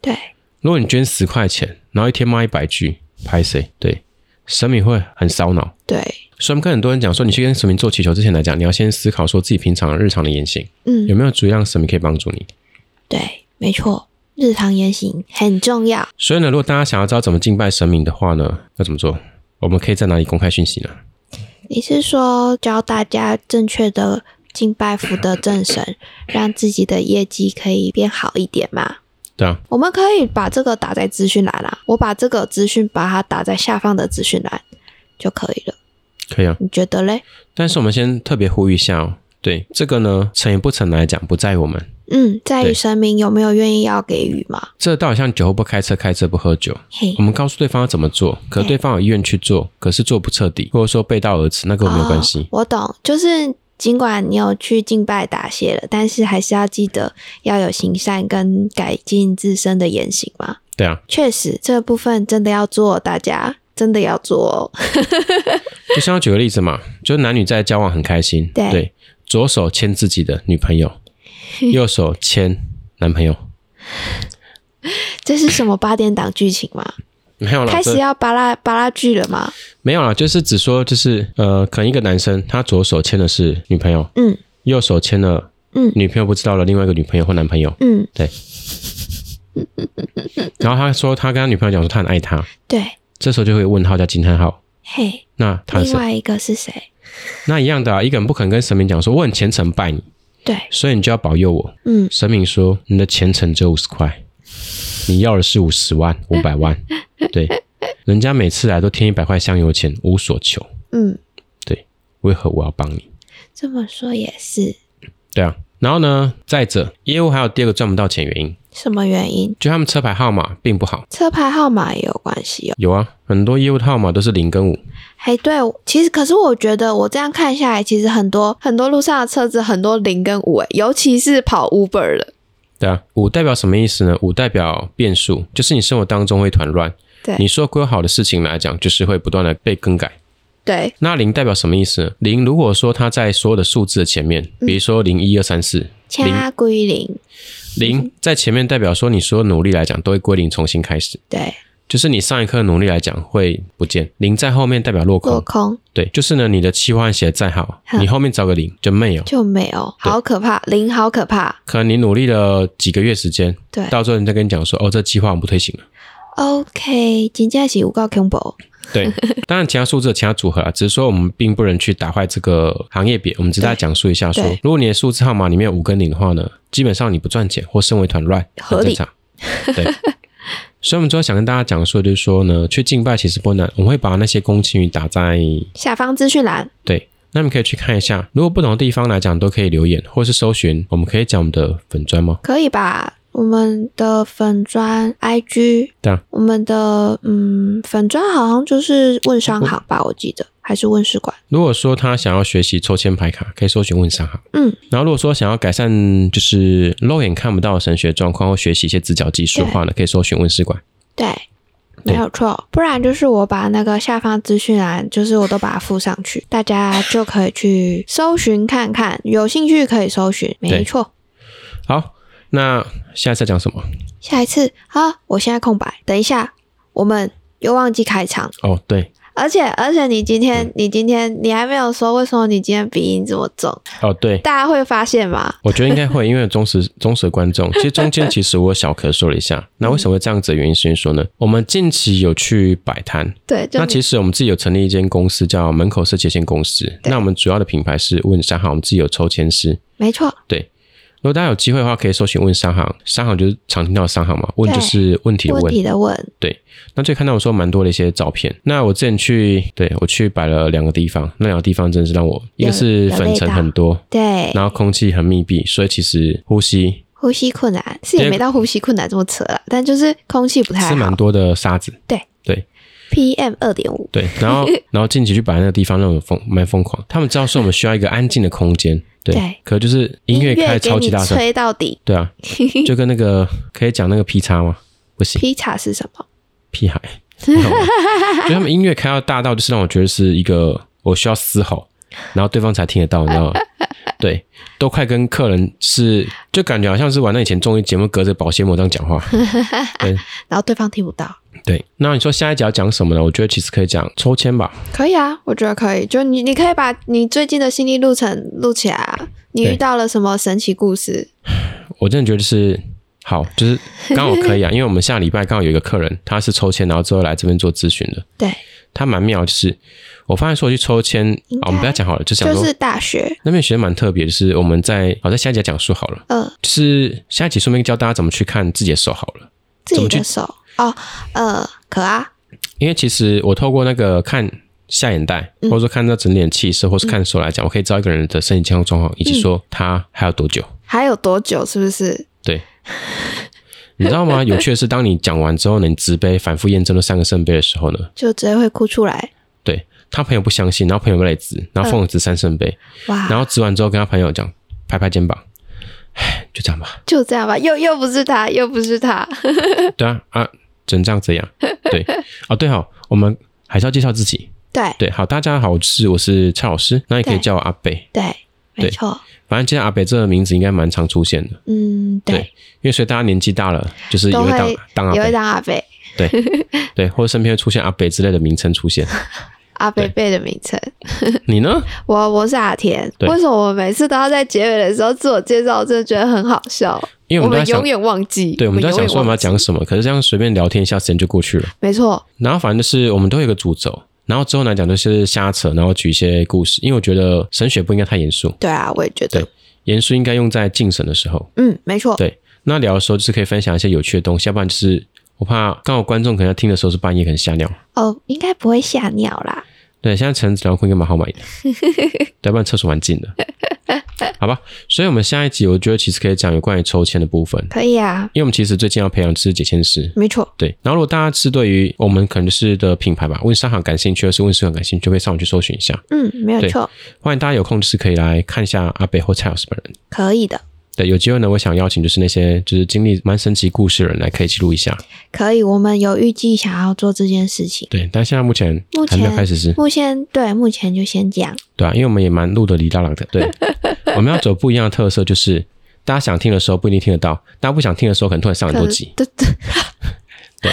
[SPEAKER 2] 对，
[SPEAKER 1] 如果你捐十块钱，然后一天骂一百句，拍谁？对，神明会很烧脑。
[SPEAKER 2] 对，
[SPEAKER 1] 所以我们跟很多人讲说，你去跟神明做祈求之前来讲，你要先思考说自己平常日常的言行
[SPEAKER 2] 嗯
[SPEAKER 1] 有没有足以让神明可以帮助你。
[SPEAKER 2] 对，没错，日常言行很重要。
[SPEAKER 1] 所以呢，如果大家想要知道怎么敬拜神明的话呢，要怎么做？我们可以在哪里公开讯息呢？
[SPEAKER 2] 你是说教大家正确的敬拜福德正神，让自己的业绩可以变好一点吗？
[SPEAKER 1] 对啊，
[SPEAKER 2] 我们可以把这个打在资讯栏啦，我把这个资讯把它打在下方的资讯栏就可以了。
[SPEAKER 1] 可以啊。
[SPEAKER 2] 你觉得嘞？
[SPEAKER 1] 但是我们先特别呼吁一下哦，对这个呢，成与不成来讲，不在于我们。
[SPEAKER 2] 嗯，在于
[SPEAKER 1] 对
[SPEAKER 2] 神明有没有愿意要给予嘛？
[SPEAKER 1] 这倒像酒后不开车，开车不喝酒。
[SPEAKER 2] 嘿
[SPEAKER 1] 我，们告诉对方要怎么做，可
[SPEAKER 2] 对
[SPEAKER 1] 对方有意愿去做，可是做不彻底，或者说背道而驰，那跟我没有关系。
[SPEAKER 2] 啊我懂，就是尽管你有去敬拜答谢了，但是还是要记得要有行善跟改进自身的言行嘛。
[SPEAKER 1] 对啊，
[SPEAKER 2] 确实，这部分真的要做，大家真的要做哦。 [laughs]
[SPEAKER 1] 就像我举个例子嘛，就是男女在交往很开心，
[SPEAKER 2] 对
[SPEAKER 1] 左手牵自己的女朋友，
[SPEAKER 2] [laughs]
[SPEAKER 1] 右手牵男朋友，
[SPEAKER 2] 这是什么八点档剧情
[SPEAKER 1] [laughs]
[SPEAKER 2] 吗？
[SPEAKER 1] 没有了，
[SPEAKER 2] 开
[SPEAKER 1] 这
[SPEAKER 2] 始要巴拉巴拉剧了吗？
[SPEAKER 1] 没有啦，就是只说就是呃，可能一个男生他左手牵的是女朋友，
[SPEAKER 2] 嗯
[SPEAKER 1] 右手牵了
[SPEAKER 2] 嗯
[SPEAKER 1] 女朋友不知道的另外一个女朋友或男朋友，
[SPEAKER 2] 嗯，
[SPEAKER 1] 然后他说他跟他女朋友讲说他很爱他，
[SPEAKER 2] 对，
[SPEAKER 1] 这时候就会问号加惊叹号。
[SPEAKER 2] 嘿，
[SPEAKER 1] 那他
[SPEAKER 2] 另
[SPEAKER 1] 是
[SPEAKER 2] 外一个是谁？
[SPEAKER 1] 那一样的啊，一个人不肯跟神明讲说我很虔诚拜你，
[SPEAKER 2] 对，
[SPEAKER 1] 所以你就要保佑我。
[SPEAKER 2] 嗯，
[SPEAKER 1] 神明说你的虔诚只有五十块，你要的是五十
[SPEAKER 2] [laughs]
[SPEAKER 1] 万、五百万，对，人家每次来都添一百块香油钱，无所求，
[SPEAKER 2] 嗯，
[SPEAKER 1] 为何我要帮你？
[SPEAKER 2] 这么说也是。
[SPEAKER 1] 对啊，然后呢，再者，业务还有第二个赚不到钱原因，
[SPEAKER 2] 什么原因？
[SPEAKER 1] 就他们车牌号码并不好。
[SPEAKER 2] 车牌号码也有关系哦。
[SPEAKER 1] 有啊，很多业务的号码都是零跟五，
[SPEAKER 2] 哎，对，其实可是我觉得我这样看下来，其实很多很多路上的车子很多零跟五，哎，尤其是跑 Uber 的，
[SPEAKER 1] 对啊，五代表什么意思呢？五代表变数，就是你生活当中会团乱。
[SPEAKER 2] 对
[SPEAKER 1] 你说规划好的事情来讲，就是会不断的被更改。
[SPEAKER 2] 对，
[SPEAKER 1] 那零代表什么意思呢？零如果说它在所有的数字的前面，比如说零一二三四，
[SPEAKER 2] 掐归零，
[SPEAKER 1] 嗯零在前面代表说你所有努力来讲都会归零，重新开始。
[SPEAKER 2] 对，
[SPEAKER 1] 就是你上一刻努力来讲会不见，零在后面代表落空。
[SPEAKER 2] 落空
[SPEAKER 1] 对，就是呢，你的企划写得再好，
[SPEAKER 2] 哼
[SPEAKER 1] 你后面找个零就没有。
[SPEAKER 2] 就没有，好可怕，零好可怕。
[SPEAKER 1] 可能你努力了几个月时间，
[SPEAKER 2] 对
[SPEAKER 1] 到最后人家跟你讲说，哦，这计划我们不推行了。
[SPEAKER 2] OK，金价起五告 combo， [laughs]
[SPEAKER 1] 对，当然其他数字有其他组合啊，只是说我们并不能去打坏这个行业别，我们只是大家讲述一下说
[SPEAKER 2] 对，
[SPEAKER 1] 如果你的数字号码里面有五跟零的话呢，基本上你不赚钱或身为团乱，很
[SPEAKER 2] 合
[SPEAKER 1] 正
[SPEAKER 2] 理
[SPEAKER 1] 常。对，所以我们主要想跟大家讲说，就是说呢，去敬拜其实不难，我们会把那些公请语打在
[SPEAKER 2] 下方资讯栏
[SPEAKER 1] 对。那你们可以去看一下，如果不同的地方来讲，都可以留言或是搜寻。我们可以讲我们的粉砖吗？
[SPEAKER 2] 可以吧？我们的粉砖 IG，
[SPEAKER 1] 对啊，
[SPEAKER 2] 我们的嗯粉砖好像就是问商行吧，我记得还是问事馆。
[SPEAKER 1] 如果说他想要学习抽签牌卡，可以搜寻问商行。
[SPEAKER 2] 嗯，
[SPEAKER 1] 然后如果说想要改善就是肉眼看不到的神学状况，或学习一些直角技术的话呢，可以搜寻问世馆。
[SPEAKER 2] 对，
[SPEAKER 1] 对
[SPEAKER 2] 没有错。不然就是我把那个下方资讯栏，就是我都把它附上去，大家就可以去搜寻看看，有兴趣可以搜寻，
[SPEAKER 1] 对
[SPEAKER 2] 没错。
[SPEAKER 1] 好，那下一次要讲什么？
[SPEAKER 2] 下一次啊，我现在空白，等一下我们又忘记开场，
[SPEAKER 1] 哦，对，
[SPEAKER 2] 而且而且你今天你今天你还没有说为什么你今天鼻音这么重，
[SPEAKER 1] 哦对，
[SPEAKER 2] 大家会发现吗？
[SPEAKER 1] 我觉得应该会，因为有忠实 [laughs] 忠实的观众，其实中间其实我有小咳嗽了一下。那为什么会这样子？的原因是因为说呢，我们近期有去摆摊，
[SPEAKER 2] 对，就
[SPEAKER 1] 那
[SPEAKER 2] 你
[SPEAKER 1] 其实我们自己有成立一间公司叫门口世界线公司，那我们主要的品牌是问商行，我们自己有抽签师。
[SPEAKER 2] 没错，
[SPEAKER 1] 如果大家有机会的话，可以搜寻问商行，商行就是常听到的商行嘛，问
[SPEAKER 2] 对
[SPEAKER 1] 就是问题的
[SPEAKER 2] 问
[SPEAKER 1] 问，
[SPEAKER 2] 题的问，
[SPEAKER 1] 那最看到我说蛮多的一些照片。那我之前去，对我去摆了两个地方，那两个地方真的是让我，一
[SPEAKER 2] 有
[SPEAKER 1] 个是粉尘很多，
[SPEAKER 2] 对，
[SPEAKER 1] 然后空气很密闭，所以其实呼吸
[SPEAKER 2] 呼吸困难是也没到呼吸困难这么扯了，但就是空气不太
[SPEAKER 1] 是
[SPEAKER 2] 好
[SPEAKER 1] 蛮多的沙子。
[SPEAKER 2] 对
[SPEAKER 1] 对
[SPEAKER 2] ，PM 二点五， [laughs]
[SPEAKER 1] 对，然后然后近期去摆那个地方，让我疯蛮疯狂。他们知道说我们需要一个安静的空间，对，
[SPEAKER 2] 对
[SPEAKER 1] 可就是音乐开
[SPEAKER 2] 给
[SPEAKER 1] 超级
[SPEAKER 2] 你
[SPEAKER 1] 大声，
[SPEAKER 2] 吹到底。
[SPEAKER 1] 对啊，就跟那个可以讲那个劈叉吗？不行，
[SPEAKER 2] 披萨是什么？
[SPEAKER 1] 屁孩，不懂就他们音乐开到大到，就是让我觉得是一个我需要嘶吼，然后对方才听得到，你知
[SPEAKER 2] [laughs]
[SPEAKER 1] 道吗？对，都快跟客人是，就感觉好像是玩那以前综艺节目，隔着保鲜膜这样讲话。
[SPEAKER 2] 然后对方听不到。
[SPEAKER 1] 对，那你说下一集要讲什么呢？我觉得其实可以讲抽签吧。
[SPEAKER 2] 可以啊，我觉得可以。就你，你可以把你最近的心理路程录起来啊。你
[SPEAKER 1] 对
[SPEAKER 2] 遇到了什么神奇故事？
[SPEAKER 1] 我真的觉得是好，就是刚好可以
[SPEAKER 2] [laughs]
[SPEAKER 1] 啊，因为我们下礼拜刚好有一个客人，他是抽签，然后之后来这边做咨询的，
[SPEAKER 2] 对，
[SPEAKER 1] 他蛮妙，就是我发现说我去抽签
[SPEAKER 2] 应
[SPEAKER 1] 啊，我们不要
[SPEAKER 2] 该
[SPEAKER 1] 讲好了，就想
[SPEAKER 2] 就
[SPEAKER 1] 说、
[SPEAKER 2] 是大学，
[SPEAKER 1] 那边学得蛮特别，就是我们在好在下一集讲述好了。
[SPEAKER 2] 呃，
[SPEAKER 1] 就是下一集顺便教大家怎么去看自己的手好了，
[SPEAKER 2] 自
[SPEAKER 1] 怎么
[SPEAKER 2] 己
[SPEAKER 1] 去
[SPEAKER 2] 的手哦，呃，可啊，
[SPEAKER 1] 因为其实我透过那个看下眼袋，或者说看到整体的气色，或是看手来讲，我可以知道一个人的身体健康状况，以及说他还有多久。
[SPEAKER 2] 还有多久？是不是？
[SPEAKER 1] 对，你知道吗？有趣的是，当你讲完之后呢，你直杯反复验证了三个圣杯的时候呢，
[SPEAKER 2] 就直接会哭出来
[SPEAKER 1] 对他朋友不相信，然后朋友来直，然后疯了直三圣杯，然
[SPEAKER 2] 哇！
[SPEAKER 1] 后直完之后跟他朋友讲，拍拍肩膀， [sighs] 唉，就这样吧。
[SPEAKER 2] 就这样吧，又又不是他，又不是他，
[SPEAKER 1] 对啊啊，只能这样子呀。 [laughs] 对哦，对好，我们还是要介绍自己。
[SPEAKER 2] 对
[SPEAKER 1] 对，好，大家好，我是我是蔡老师，那也可以
[SPEAKER 2] 对
[SPEAKER 1] 叫我阿北。
[SPEAKER 2] 对，
[SPEAKER 1] 对
[SPEAKER 2] 没错，
[SPEAKER 1] 反正今天阿北这个名字应该蛮常出现的，
[SPEAKER 2] 嗯，对，
[SPEAKER 1] 因为随着大家年纪大了，就是也
[SPEAKER 2] 都
[SPEAKER 1] 会
[SPEAKER 2] 会
[SPEAKER 1] 当当阿
[SPEAKER 2] 也会
[SPEAKER 1] 北，
[SPEAKER 2] 当阿贝，
[SPEAKER 1] 对，或者身边会出现阿北之类的名称出
[SPEAKER 2] [laughs]
[SPEAKER 1] 现。
[SPEAKER 2] 阿贝贝的名称。
[SPEAKER 1] 你呢？
[SPEAKER 2] 我我是阿田，
[SPEAKER 1] 对
[SPEAKER 2] 为什么我每次都要在结尾的时候自我介绍？我真的觉得很好笑。
[SPEAKER 1] 因为我
[SPEAKER 2] 我
[SPEAKER 1] 们都在
[SPEAKER 2] 们
[SPEAKER 1] 想
[SPEAKER 2] 永，远忘记，
[SPEAKER 1] 对，我们都在
[SPEAKER 2] 永
[SPEAKER 1] 想
[SPEAKER 2] 远
[SPEAKER 1] 说我们要
[SPEAKER 2] 忘记，
[SPEAKER 1] 讲什么，可是这样随便聊天一下，时间就过去了。
[SPEAKER 2] 没错，
[SPEAKER 1] 然后反正就是我们都有一个主轴，然后之后来讲就是瞎扯，然后举一些故事，因为我觉得神学不应该太严肃，
[SPEAKER 2] 对啊，我也觉得
[SPEAKER 1] 对，严肃应该用在敬神的时候。
[SPEAKER 2] 嗯，没错，
[SPEAKER 1] 对，那聊的时候就是可以分享一些有趣的东西，要不然就是我怕刚好观众可能要听的时候是半夜，可能吓尿。
[SPEAKER 2] 哦，应该不会吓尿啦。
[SPEAKER 1] 对，现在橙子聊坤应该蛮好买的，对，不然厕所蛮近的，好吧？所以我们下一集我觉得其实可以讲有关于抽签的部分，
[SPEAKER 2] 可以啊，
[SPEAKER 1] 因为我们其实最近要培养知识解签师。
[SPEAKER 2] 没错，
[SPEAKER 1] 对，然后如果大家是对于我们可能是的品牌吧，问商行感兴趣，或是问市场感兴趣，就可以上网去搜寻一下。
[SPEAKER 2] 嗯，没有
[SPEAKER 1] 对
[SPEAKER 2] 错，
[SPEAKER 1] 欢迎大家有空就是可以来看一下阿北或蔡老师本人。
[SPEAKER 2] 可以的，
[SPEAKER 1] 对，有机会呢，我想邀请就是那些就是经历蛮神奇故事的人来可以记录一下。
[SPEAKER 2] 可以。我们有预计想要做这件事情，
[SPEAKER 1] 对，但现在目前
[SPEAKER 2] 目
[SPEAKER 1] 还
[SPEAKER 2] 前
[SPEAKER 1] 没有开始是，
[SPEAKER 2] 目前对，目前就先这样。
[SPEAKER 1] 对啊，因为我们也蛮录的离大朗的，
[SPEAKER 2] [laughs]
[SPEAKER 1] 对，我们要走不一样的特色，就是大家想听的时候不一定听得到，大家不想听的时候可能突然上很多集，
[SPEAKER 2] 对对，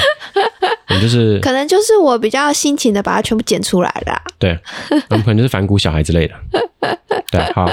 [SPEAKER 1] 我们就是
[SPEAKER 2] 可能就是我比较辛勤的把它全部剪出来啦。
[SPEAKER 1] 对，我们可能就是反骨小孩之
[SPEAKER 2] [laughs]
[SPEAKER 1] 类的。对，啊好，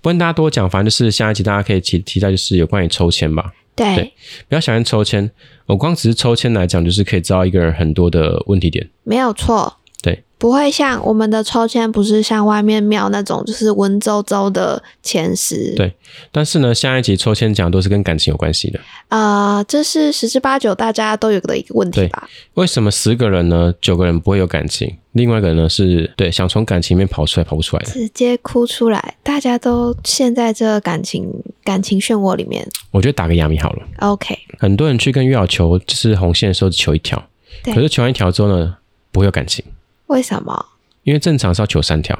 [SPEAKER 1] 不跟大家多讲，反正就是下一集大家可以期期待，就是有关于抽签吧。
[SPEAKER 2] 对，
[SPEAKER 1] 对不要小看抽签，我光只是抽签来讲，就是可以知道一个人很多的问题点。
[SPEAKER 2] 没有错。
[SPEAKER 1] 对，
[SPEAKER 2] 不会像我们的抽签，不是像外面庙那种，就是文绉绉的前十。
[SPEAKER 1] 对但是呢，下一集抽签讲的都是跟感情有关系的。
[SPEAKER 2] 啊、这是十之八九大家都有的一个问题
[SPEAKER 1] 对
[SPEAKER 2] 吧？
[SPEAKER 1] 为什么十个人呢，九个人不会有感情，另外一个人呢是对想从感情里面跑出来，跑不出来的。
[SPEAKER 2] 直接哭出来，大家都陷在这个感情感情漩涡里面。
[SPEAKER 1] 我觉得打个哑谜好了。
[SPEAKER 2] OK，
[SPEAKER 1] 很多人去跟月老求，就是红线的时候只求一条，
[SPEAKER 2] 对
[SPEAKER 1] 可是求完一条之后呢，不会有感情，
[SPEAKER 2] 为什么？
[SPEAKER 1] 因为正常是要求三条，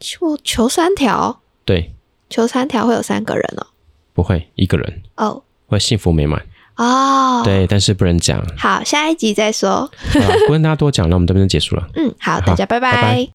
[SPEAKER 2] 求求三条，
[SPEAKER 1] 对，
[SPEAKER 2] 求三条会有三个人哦。
[SPEAKER 1] 不会一个人
[SPEAKER 2] 哦
[SPEAKER 1] 会幸福美满，
[SPEAKER 2] 哦，，
[SPEAKER 1] 对，但是不能讲，
[SPEAKER 2] 好，下一集再说。
[SPEAKER 1] 好啦不跟大家多讲了，我们这边就结束了。
[SPEAKER 2] 嗯，好，
[SPEAKER 1] 好
[SPEAKER 2] 大家拜
[SPEAKER 1] 拜拜